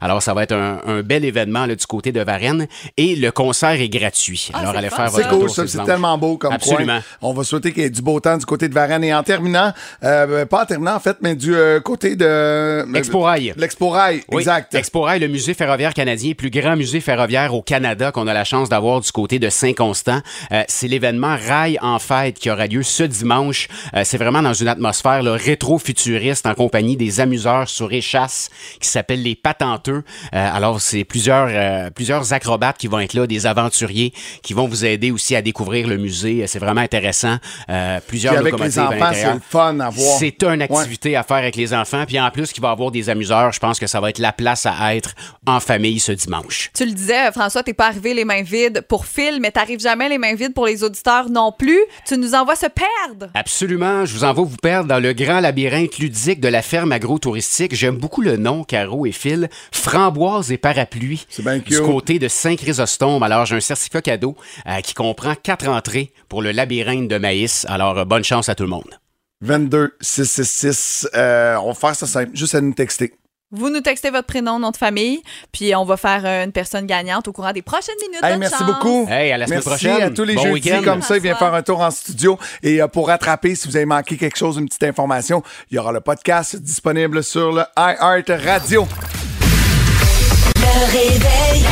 Speaker 17: Alors, ça va être un, un bel événement là, du côté de Varennes. Et le concert est gratuit. Alors, allez faire
Speaker 1: C'est
Speaker 17: votre
Speaker 1: cool,
Speaker 17: tour
Speaker 1: ça,
Speaker 17: ce
Speaker 1: c'est
Speaker 17: dimanche.
Speaker 1: tellement beau comme
Speaker 17: Absolument.
Speaker 1: coin. On va souhaiter qu'il y ait du beau temps du côté de Varennes. Et en terminant, euh, ben, pas en terminant en fait, mais du euh, côté de...
Speaker 17: L'Exporail.
Speaker 1: L'Exporail,
Speaker 17: Oui,
Speaker 1: exact.
Speaker 17: Exporail, le musée ferroviaire canadien, plus grand musée ferroviaire au Canada qu'on a la chance d'avoir du côté de Saint-Constant. Euh, c'est l'événement Rail en fête qui aura lieu ce dimanche. Euh, c'est vraiment dans une atmosphère là, rétro-futuriste en compagnie des amuseurs sur échasse qui s'appellent les patenteux. Euh, alors, c'est plusieurs, euh, plusieurs acrobates qui vont être là, des aventuriers qui vont vous aider aussi à découvrir le musée. Euh, C'est vraiment intéressant. Euh, plusieurs
Speaker 1: Puis avec les
Speaker 17: locomotives à
Speaker 1: enfants, c'est
Speaker 17: l'intérieur.
Speaker 1: le fun à voir.
Speaker 17: C'est une
Speaker 1: Ouais.
Speaker 17: activité à faire avec les enfants. Puis en plus, qu'il va y avoir des amuseurs, je pense que ça va être la place à être en famille ce dimanche.
Speaker 2: Tu le disais, euh, François, t'es pas arrivé les mains vides pour Phil, mais t'arrives jamais les mains vides pour les auditeurs non plus. Tu nous envoies se perdre.
Speaker 17: Absolument. Je vous envoie vous perdre dans le grand labyrinthe ludique de la ferme agro-touristique. J'aime beaucoup le nom, Caro et Phil. Framboise et parapluie. C'est bien Du
Speaker 1: cute.
Speaker 17: côté de Saint-Chrysostome. Alors, j'ai un certificat cadeau euh, qui comprend quatre entrées pour le labyrinthe de maïs. Alors, euh, bonne chance à tout le monde.
Speaker 1: 22 666. Euh, on va faire ça simple, juste à nous texter.
Speaker 2: Vous nous textez votre prénom, nom de famille, puis on va faire euh, une personne gagnante au courant des prochaines minutes.
Speaker 1: Hey,
Speaker 2: Bonne
Speaker 1: merci
Speaker 2: chance.
Speaker 1: beaucoup.
Speaker 17: Hey, à la semaine
Speaker 1: merci
Speaker 17: prochaine.
Speaker 1: à tous les
Speaker 17: Bon
Speaker 1: jeudis
Speaker 17: week-end.
Speaker 1: comme ça. Il vient faire un tour en studio. Et euh, pour rattraper, si vous avez manqué quelque chose, une petite information, il y aura le podcast disponible sur le iHeart Radio.
Speaker 9: Le réveil.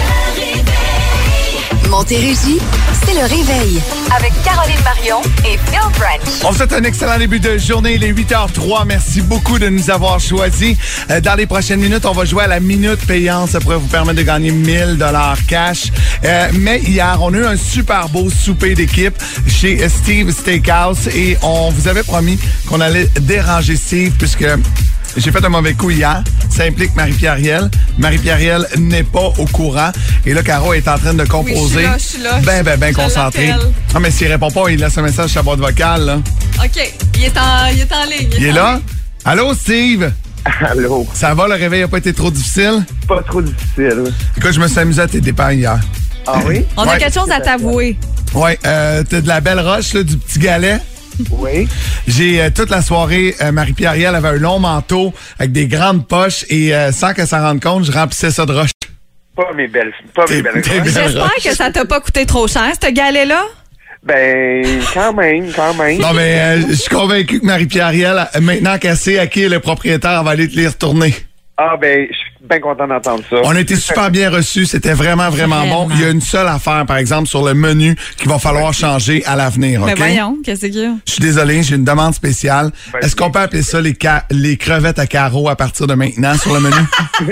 Speaker 9: Montérégie, c'est le réveil.
Speaker 8: Avec Caroline Marion et Phil Branch.
Speaker 1: On vous souhaite un excellent début de journée. Il est 8h03. Merci beaucoup de nous avoir choisis. Euh, Dans les prochaines minutes, on va jouer à la minute payante. Ça pourrait vous permettre de gagner 1000 dollars cash. Euh, mais hier, on a eu un super beau souper d'équipe chez Steve Steakhouse et on vous avait promis qu'on allait déranger Steve puisque j'ai fait un mauvais coup hier. Ça implique Marie-Pierre Riel. Marie-Pierre Riel n'est pas au courant. Et là, Caro est en train de
Speaker 2: suis
Speaker 1: composer.
Speaker 2: là, je suis là.
Speaker 1: Ben, ben, ben
Speaker 2: Je
Speaker 1: concentré.
Speaker 2: l'appelle.
Speaker 1: Ah, mais s'il répond pas, il laisse un message sur la boîte vocale, là.
Speaker 2: OK, il est en, il est en ligne.
Speaker 1: Il est
Speaker 2: en
Speaker 1: là?
Speaker 2: ligne.
Speaker 1: Allô, Steve? Allô. Ça va, le réveil a pas été trop difficile? Pas trop difficile. Écoute, je me suis amusé à tes dépens hier. Ah oui?
Speaker 2: On a quelque chose à t'avouer.
Speaker 1: Ouais, euh, t'as de la belle roche, là, du petit galet. Oui. J'ai euh, toute la soirée, euh, Marie-Pierre Riel avait un long manteau avec des grandes poches et euh, sans qu'elle s'en rende compte, je remplissais ça de roche.
Speaker 19: Pas mes belles. Pas mes belles.
Speaker 1: t'es belle
Speaker 2: J'espère
Speaker 1: roche.
Speaker 2: que ça t'a pas coûté trop cher, ce galet-là.
Speaker 19: Ben, quand même, quand même.
Speaker 1: Non,
Speaker 19: <laughs>
Speaker 1: mais euh, je suis convaincu que Marie-Pierre Riel, euh, maintenant qu'elle sait à qui est le propriétaire, elle va aller te les retourner.
Speaker 19: Ah, ben, je suis bien content d'entendre ça.
Speaker 1: On a été super bien reçus. C'était vraiment, vraiment, bon. Il y a une seule affaire, par exemple, sur le menu qu'il va falloir changer à l'avenir.
Speaker 2: Mais
Speaker 1: OK?
Speaker 2: Ben voyons, qu'est-ce qu'il y a?
Speaker 1: Je suis désolé, j'ai une demande spéciale.
Speaker 19: Ben
Speaker 1: Est-ce qu'on peut appeler ça les, ca- les crevettes à carreaux à partir de maintenant sur le menu?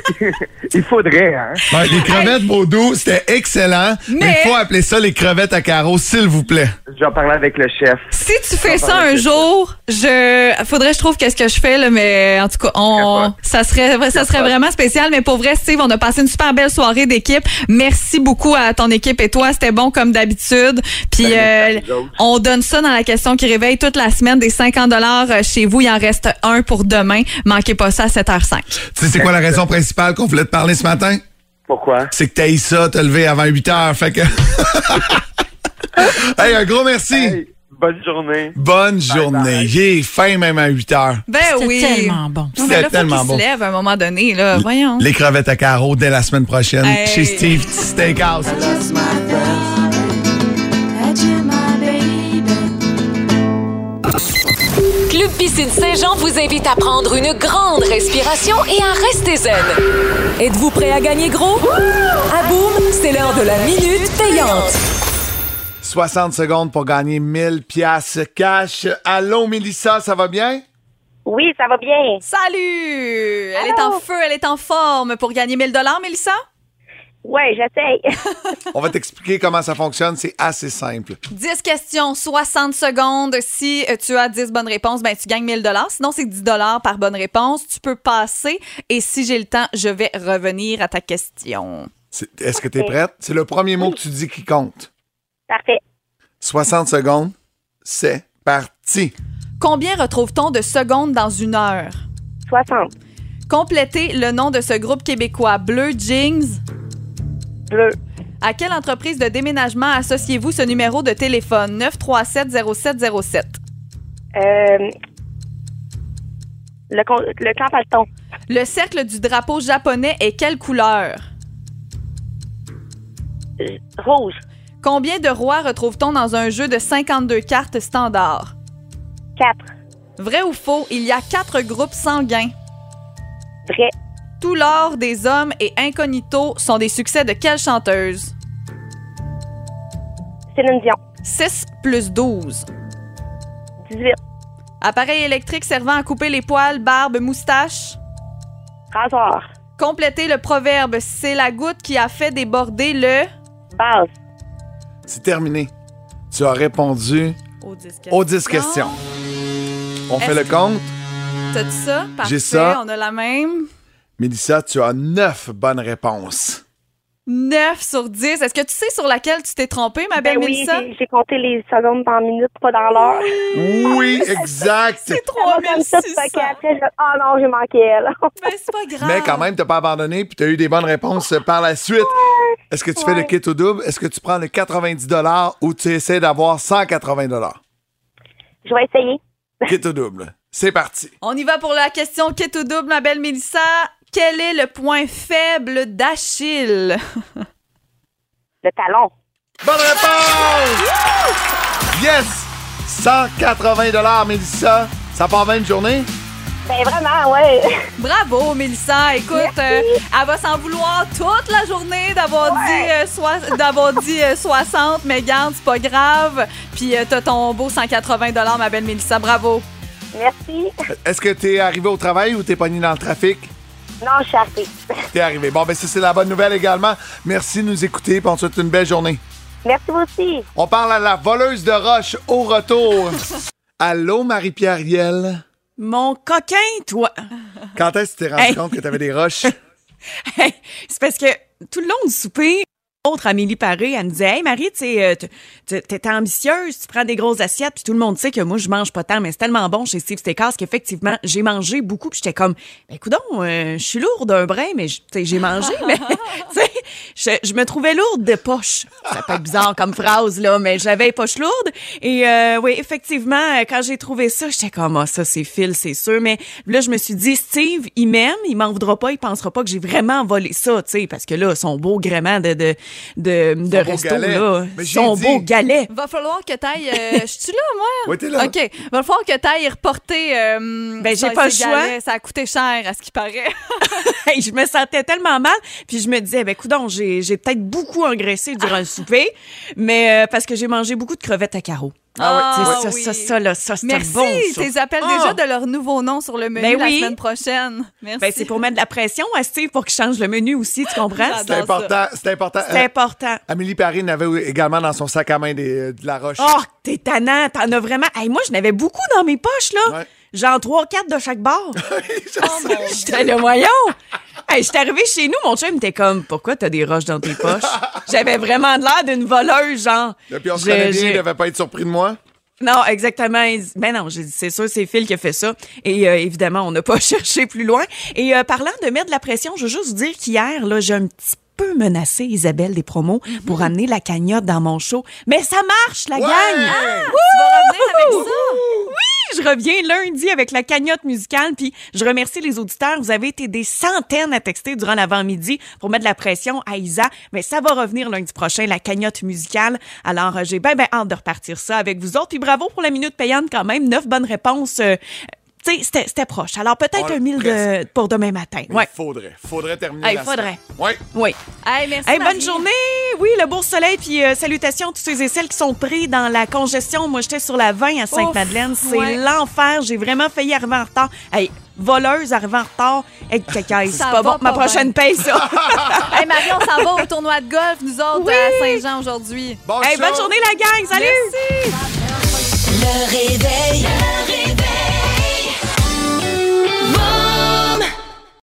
Speaker 19: <laughs> Il faudrait, hein?
Speaker 1: Ouais, les crevettes vaudou, c'était excellent. Mais...
Speaker 2: Mais-
Speaker 1: il faut appeler ça les crevettes à carreaux, s'il vous plaît.
Speaker 19: Je vais en parler avec le chef.
Speaker 2: Si tu fais ça un jour, je faudrait que je trouve qu'est-ce que je fais là, mais en tout cas, on ça serait ça serait vraiment spécial. Mais pour vrai, Steve, on a passé une super belle soirée d'équipe. Merci beaucoup à ton équipe et toi, c'était bon comme d'habitude. Puis euh, on donne ça dans la question qui réveille toute la semaine des 50 dollars euh, chez vous. Il en reste un pour demain. Manquez pas ça à 7h05.
Speaker 1: Tu sais, c'est quoi la raison principale qu'on voulait te parler ce matin? Pourquoi? C'est que t'as eu ça, t'as levé avant 8 heures. Fait que. <laughs> hey, un gros merci.
Speaker 19: bonne journée.
Speaker 1: Bonne journée. Il est fin même à 8 heures.
Speaker 2: Ben oui, tellement bon.
Speaker 1: C'était tellement
Speaker 2: faut
Speaker 1: bon.
Speaker 2: qu'il se lève à un moment donné là. Voyons.
Speaker 1: Les crevettes à carreaux dès la semaine prochaine
Speaker 2: Hey.
Speaker 1: chez Steve Steakhouse.
Speaker 9: Club Piscine Saint-Jean vous invite à prendre une grande respiration et à rester zen. Êtes-vous prêt à gagner gros? À boum, c'est l'heure de la minute payante.
Speaker 1: 60 secondes pour gagner 1000 pièces cash. Allô Mélissa, ça va
Speaker 2: <laughs>
Speaker 1: bien?
Speaker 2: Oui, ça va bien. Salut! Elle est en feu, elle est en forme pour gagner 1000 dollars, Mélissa? Ouais, j'essaye.
Speaker 1: On va t'expliquer comment ça fonctionne, c'est assez simple.
Speaker 2: 10 questions, 60 secondes. Si euh, tu as 10 bonnes réponses, ben tu gagnes 1000 dollars. Sinon, c'est 10 dollars par bonne réponse. Tu peux passer et si j'ai le temps, je vais revenir à ta question.
Speaker 1: C'est- Est-ce que tu es prête? C'est le premier mot que tu dis qui compte.
Speaker 2: Parfait.
Speaker 1: 60 secondes, c'est parti.
Speaker 2: Combien retrouve-t-on de secondes dans une heure? 60. Complétez le nom de ce groupe québécois Bleu Jeans. Bleu. À quelle entreprise de déménagement associez-vous ce numéro de téléphone 9370707?
Speaker 20: Euh, le, con- le camp Palton.
Speaker 2: Le cercle du drapeau japonais est quelle couleur? Rouge. Combien de rois retrouve-t-on dans un jeu de 52 cartes standard? Quatre. Vrai ou faux, il y a quatre groupes sanguins? Vrai. Tout l'or des hommes et incognito sont des succès de quelle chanteuse? Céline Dion. 6 plus 12. 18. Appareil électrique servant à couper les poils, barbe, moustache. Rasoir. Complétez le proverbe c'est la goutte qui a fait déborder le. Base.
Speaker 1: C'est terminé. Tu as répondu
Speaker 2: Aux dix questions.
Speaker 1: aux 10 questions. On fait
Speaker 2: Est-ce-
Speaker 1: le compte.
Speaker 2: T'as-tu ça? Parfait,
Speaker 1: ça.
Speaker 2: On a la même.
Speaker 1: Mélissa, tu as 9 bonnes réponses.
Speaker 2: 9 sur 10. Est-ce que tu sais sur laquelle tu t'es trompée, ma belle
Speaker 18: Ben oui,
Speaker 2: Mélissa?
Speaker 18: j'ai- j'ai compté les secondes par minute, pas dans l'heure.
Speaker 1: Oui, exact.
Speaker 18: Ça va comme Ah, ça, fait qu'après, je- Ah non, j'ai manqué elle. <laughs>
Speaker 2: Ben, c'est pas grave.
Speaker 1: Mais quand même, t'as pas abandonné, puis t'as eu des bonnes réponses par la suite. Est-ce que tu fais le
Speaker 18: Ouais.
Speaker 1: kit au double? Est-ce que tu prends le 90 ou tu essaies d'avoir 180
Speaker 18: <laughs> Je vais essayer.
Speaker 1: Kit au double. C'est parti.
Speaker 2: On y va pour la question qui est au double, ma belle Mélissa. Quel est le point faible d'Achille?
Speaker 18: Le talon.
Speaker 1: Bonne réponse! Yes! 180 Mélissa. Ça part bien une journée?
Speaker 18: Ben vraiment, ouais. <laughs>
Speaker 2: Bravo, Mélissa. Écoute, euh, elle va s'en vouloir toute la journée d'avoir dit, euh, soi- d'avoir dit euh, 60, mais garde, c'est pas grave. Puis euh, t'as ton beau 180 ma belle Mélissa. Bravo.
Speaker 18: Merci.
Speaker 1: Est-ce que t'es arrivé au travail ou t'es pogné dans le trafic?
Speaker 18: Non, je suis arrivée.
Speaker 1: T'es arrivé. Bon, ben ça, c'est la bonne nouvelle également. Merci de nous écouter, puis on te souhaite une belle journée.
Speaker 18: Merci vous aussi.
Speaker 1: On parle à la voleuse de roche au retour. Allô, Marie-Pierre Riel.
Speaker 11: Mon coquin, toi!
Speaker 1: Quand est-ce que tu t'es rendu
Speaker 11: Hey.
Speaker 1: compte que t'avais des
Speaker 11: <laughs>
Speaker 1: roches?
Speaker 11: Hey, c'est parce que tout le long du souper, autre Amélie Paré, elle me disait Hey Marie, tu sais, euh, tu- tu- t'es ambitieuse, tu prends des grosses assiettes, puis tout le monde sait que moi, je mange pas tant, mais c'est tellement bon chez Steve Steakhouse qu'effectivement, j'ai mangé beaucoup, puis j'étais comme Ben, coudonc, euh, je suis lourde un brin, mais je- tu sais, j'ai mangé, <laughs> mais tu sais, je, je me trouvais lourde de poche. Ça peut être bizarre comme phrase, là, mais j'avais les poches lourdes. Et euh, oui, effectivement, euh, quand j'ai trouvé ça, j'étais comme, ah, ça, c'est Phil, c'est sûr. Mais là, je me suis dit, Steve, il m'aime, il m'en voudra pas, il pensera pas que j'ai vraiment volé ça, tu sais, parce que là, son beau gréement de, de, de, de
Speaker 2: beau
Speaker 11: resto,
Speaker 2: galet.
Speaker 11: là,
Speaker 2: Mais j'ai
Speaker 11: son
Speaker 2: dit-
Speaker 11: beau galet. <laughs>
Speaker 2: Va falloir que t'ailles. euh, <laughs> Je suis là, moi.
Speaker 11: Oui, t'es là.
Speaker 2: OK. Va falloir que t'ailles reporter. euh,
Speaker 11: Ben, j'ai
Speaker 2: ça,
Speaker 11: pas le
Speaker 2: ces
Speaker 11: choix.
Speaker 2: galets. Ça a coûté cher, à ce qui paraît.
Speaker 11: Hey, Ben, je me sentais tellement mal, puis je me disais, ben coudon, j'ai j'ai peut-être beaucoup engraissé durant le souper, mais euh, parce que j'ai mangé beaucoup de crevettes à carreaux.
Speaker 2: Ah ouais,
Speaker 11: Tu sais,
Speaker 2: oui.
Speaker 11: ça, ça, ça, là, ça, <laughs> c'est
Speaker 2: Merci.
Speaker 11: bon. ça. Ah.
Speaker 2: T'es appelles déjà de leur nouveau nom sur le menu
Speaker 11: Ben
Speaker 2: la
Speaker 11: oui.
Speaker 2: semaine prochaine. Merci.
Speaker 11: Ben, c'est pour mettre de la pression à Steve pour qu'il change le menu aussi, tu comprends?
Speaker 1: <laughs> C'est important. C'est important. Euh,
Speaker 11: C'est important.
Speaker 1: Amélie Paris n'avait également dans son sac à main des- euh, de la roche.
Speaker 11: Oh, t'es tannant, t'en as vraiment. Hey, moi, je n'avais beaucoup dans mes poches, là. Genre trois, quatre de
Speaker 1: <laughs>
Speaker 11: chaque bord.
Speaker 2: oh mon
Speaker 11: <laughs> J'étais le moyen. Hey, j'étais arrivée chez nous, mon chum était comme, pourquoi t'as des roches dans
Speaker 1: <laughs>
Speaker 11: tes poches? J'avais vraiment de l'air d'une voleuse, genre.
Speaker 1: <laughs> Depuis, on se
Speaker 11: Je-
Speaker 1: connaît bien,
Speaker 11: je-
Speaker 1: il devait pas être surpris de moi.
Speaker 11: Non, exactement. Il dit- Ben non, j'ai dit, c'est sûr, c'est Phil qui a fait ça. Et euh, évidemment, on n'a pas <laughs> cherché plus loin. Et euh, parlant de mettre de la pression, je veux juste vous dire qu'hier, là, j'ai un petit peu menacé Isabelle des promos pour amener la cagnotte dans mon show. Mais ça marche, la
Speaker 2: Ouais!
Speaker 11: gang!
Speaker 2: Ah, tu vas revenir avec ça?
Speaker 11: Oui, je reviens lundi avec la cagnotte musicale. Puis je remercie les auditeurs. Vous avez été des centaines à texter durant l'avant-midi pour mettre de la pression à Isa. Mais ça va revenir lundi prochain, la cagnotte musicale. Alors, euh, j'ai bien, ben hâte de repartir ça avec vous autres. Puis bravo pour la minute payante quand même. Neuf bonnes réponses. euh, tu sais, c'était- c'était proche. Alors, peut-être
Speaker 1: Ouais,
Speaker 11: un mille de-
Speaker 1: presque.
Speaker 11: pour demain matin. Ouais.
Speaker 1: Faudrait. Faudrait terminer.
Speaker 11: Hey,
Speaker 1: la
Speaker 11: faudrait.
Speaker 1: semaine. Ouais.
Speaker 11: Oui.
Speaker 2: Hey, merci.
Speaker 11: Hey, bonne
Speaker 2: Marie.
Speaker 11: journée! Oui, le beau soleil, puis euh, salutations à tous ceux et celles qui sont pris dans la congestion. Moi, j'étais sur la 20 à Sainte-Madeleine. C'est
Speaker 2: ouais.
Speaker 11: l'enfer. J'ai vraiment failli arriver en retard. Hey, voleuse, arriver en retard. Hey, cacaille, c'est
Speaker 2: Ça va
Speaker 11: pas bon.
Speaker 2: pas
Speaker 11: Ma prochaine
Speaker 2: bien. <laughs>
Speaker 11: paye, ça.
Speaker 2: hey, Marie, on s'en va au tournoi de golf, nous autres, à Saint-Jean aujourd'hui.
Speaker 11: Hey, bonne journée, la gang! Salut!
Speaker 2: Merci.
Speaker 7: Le réveil.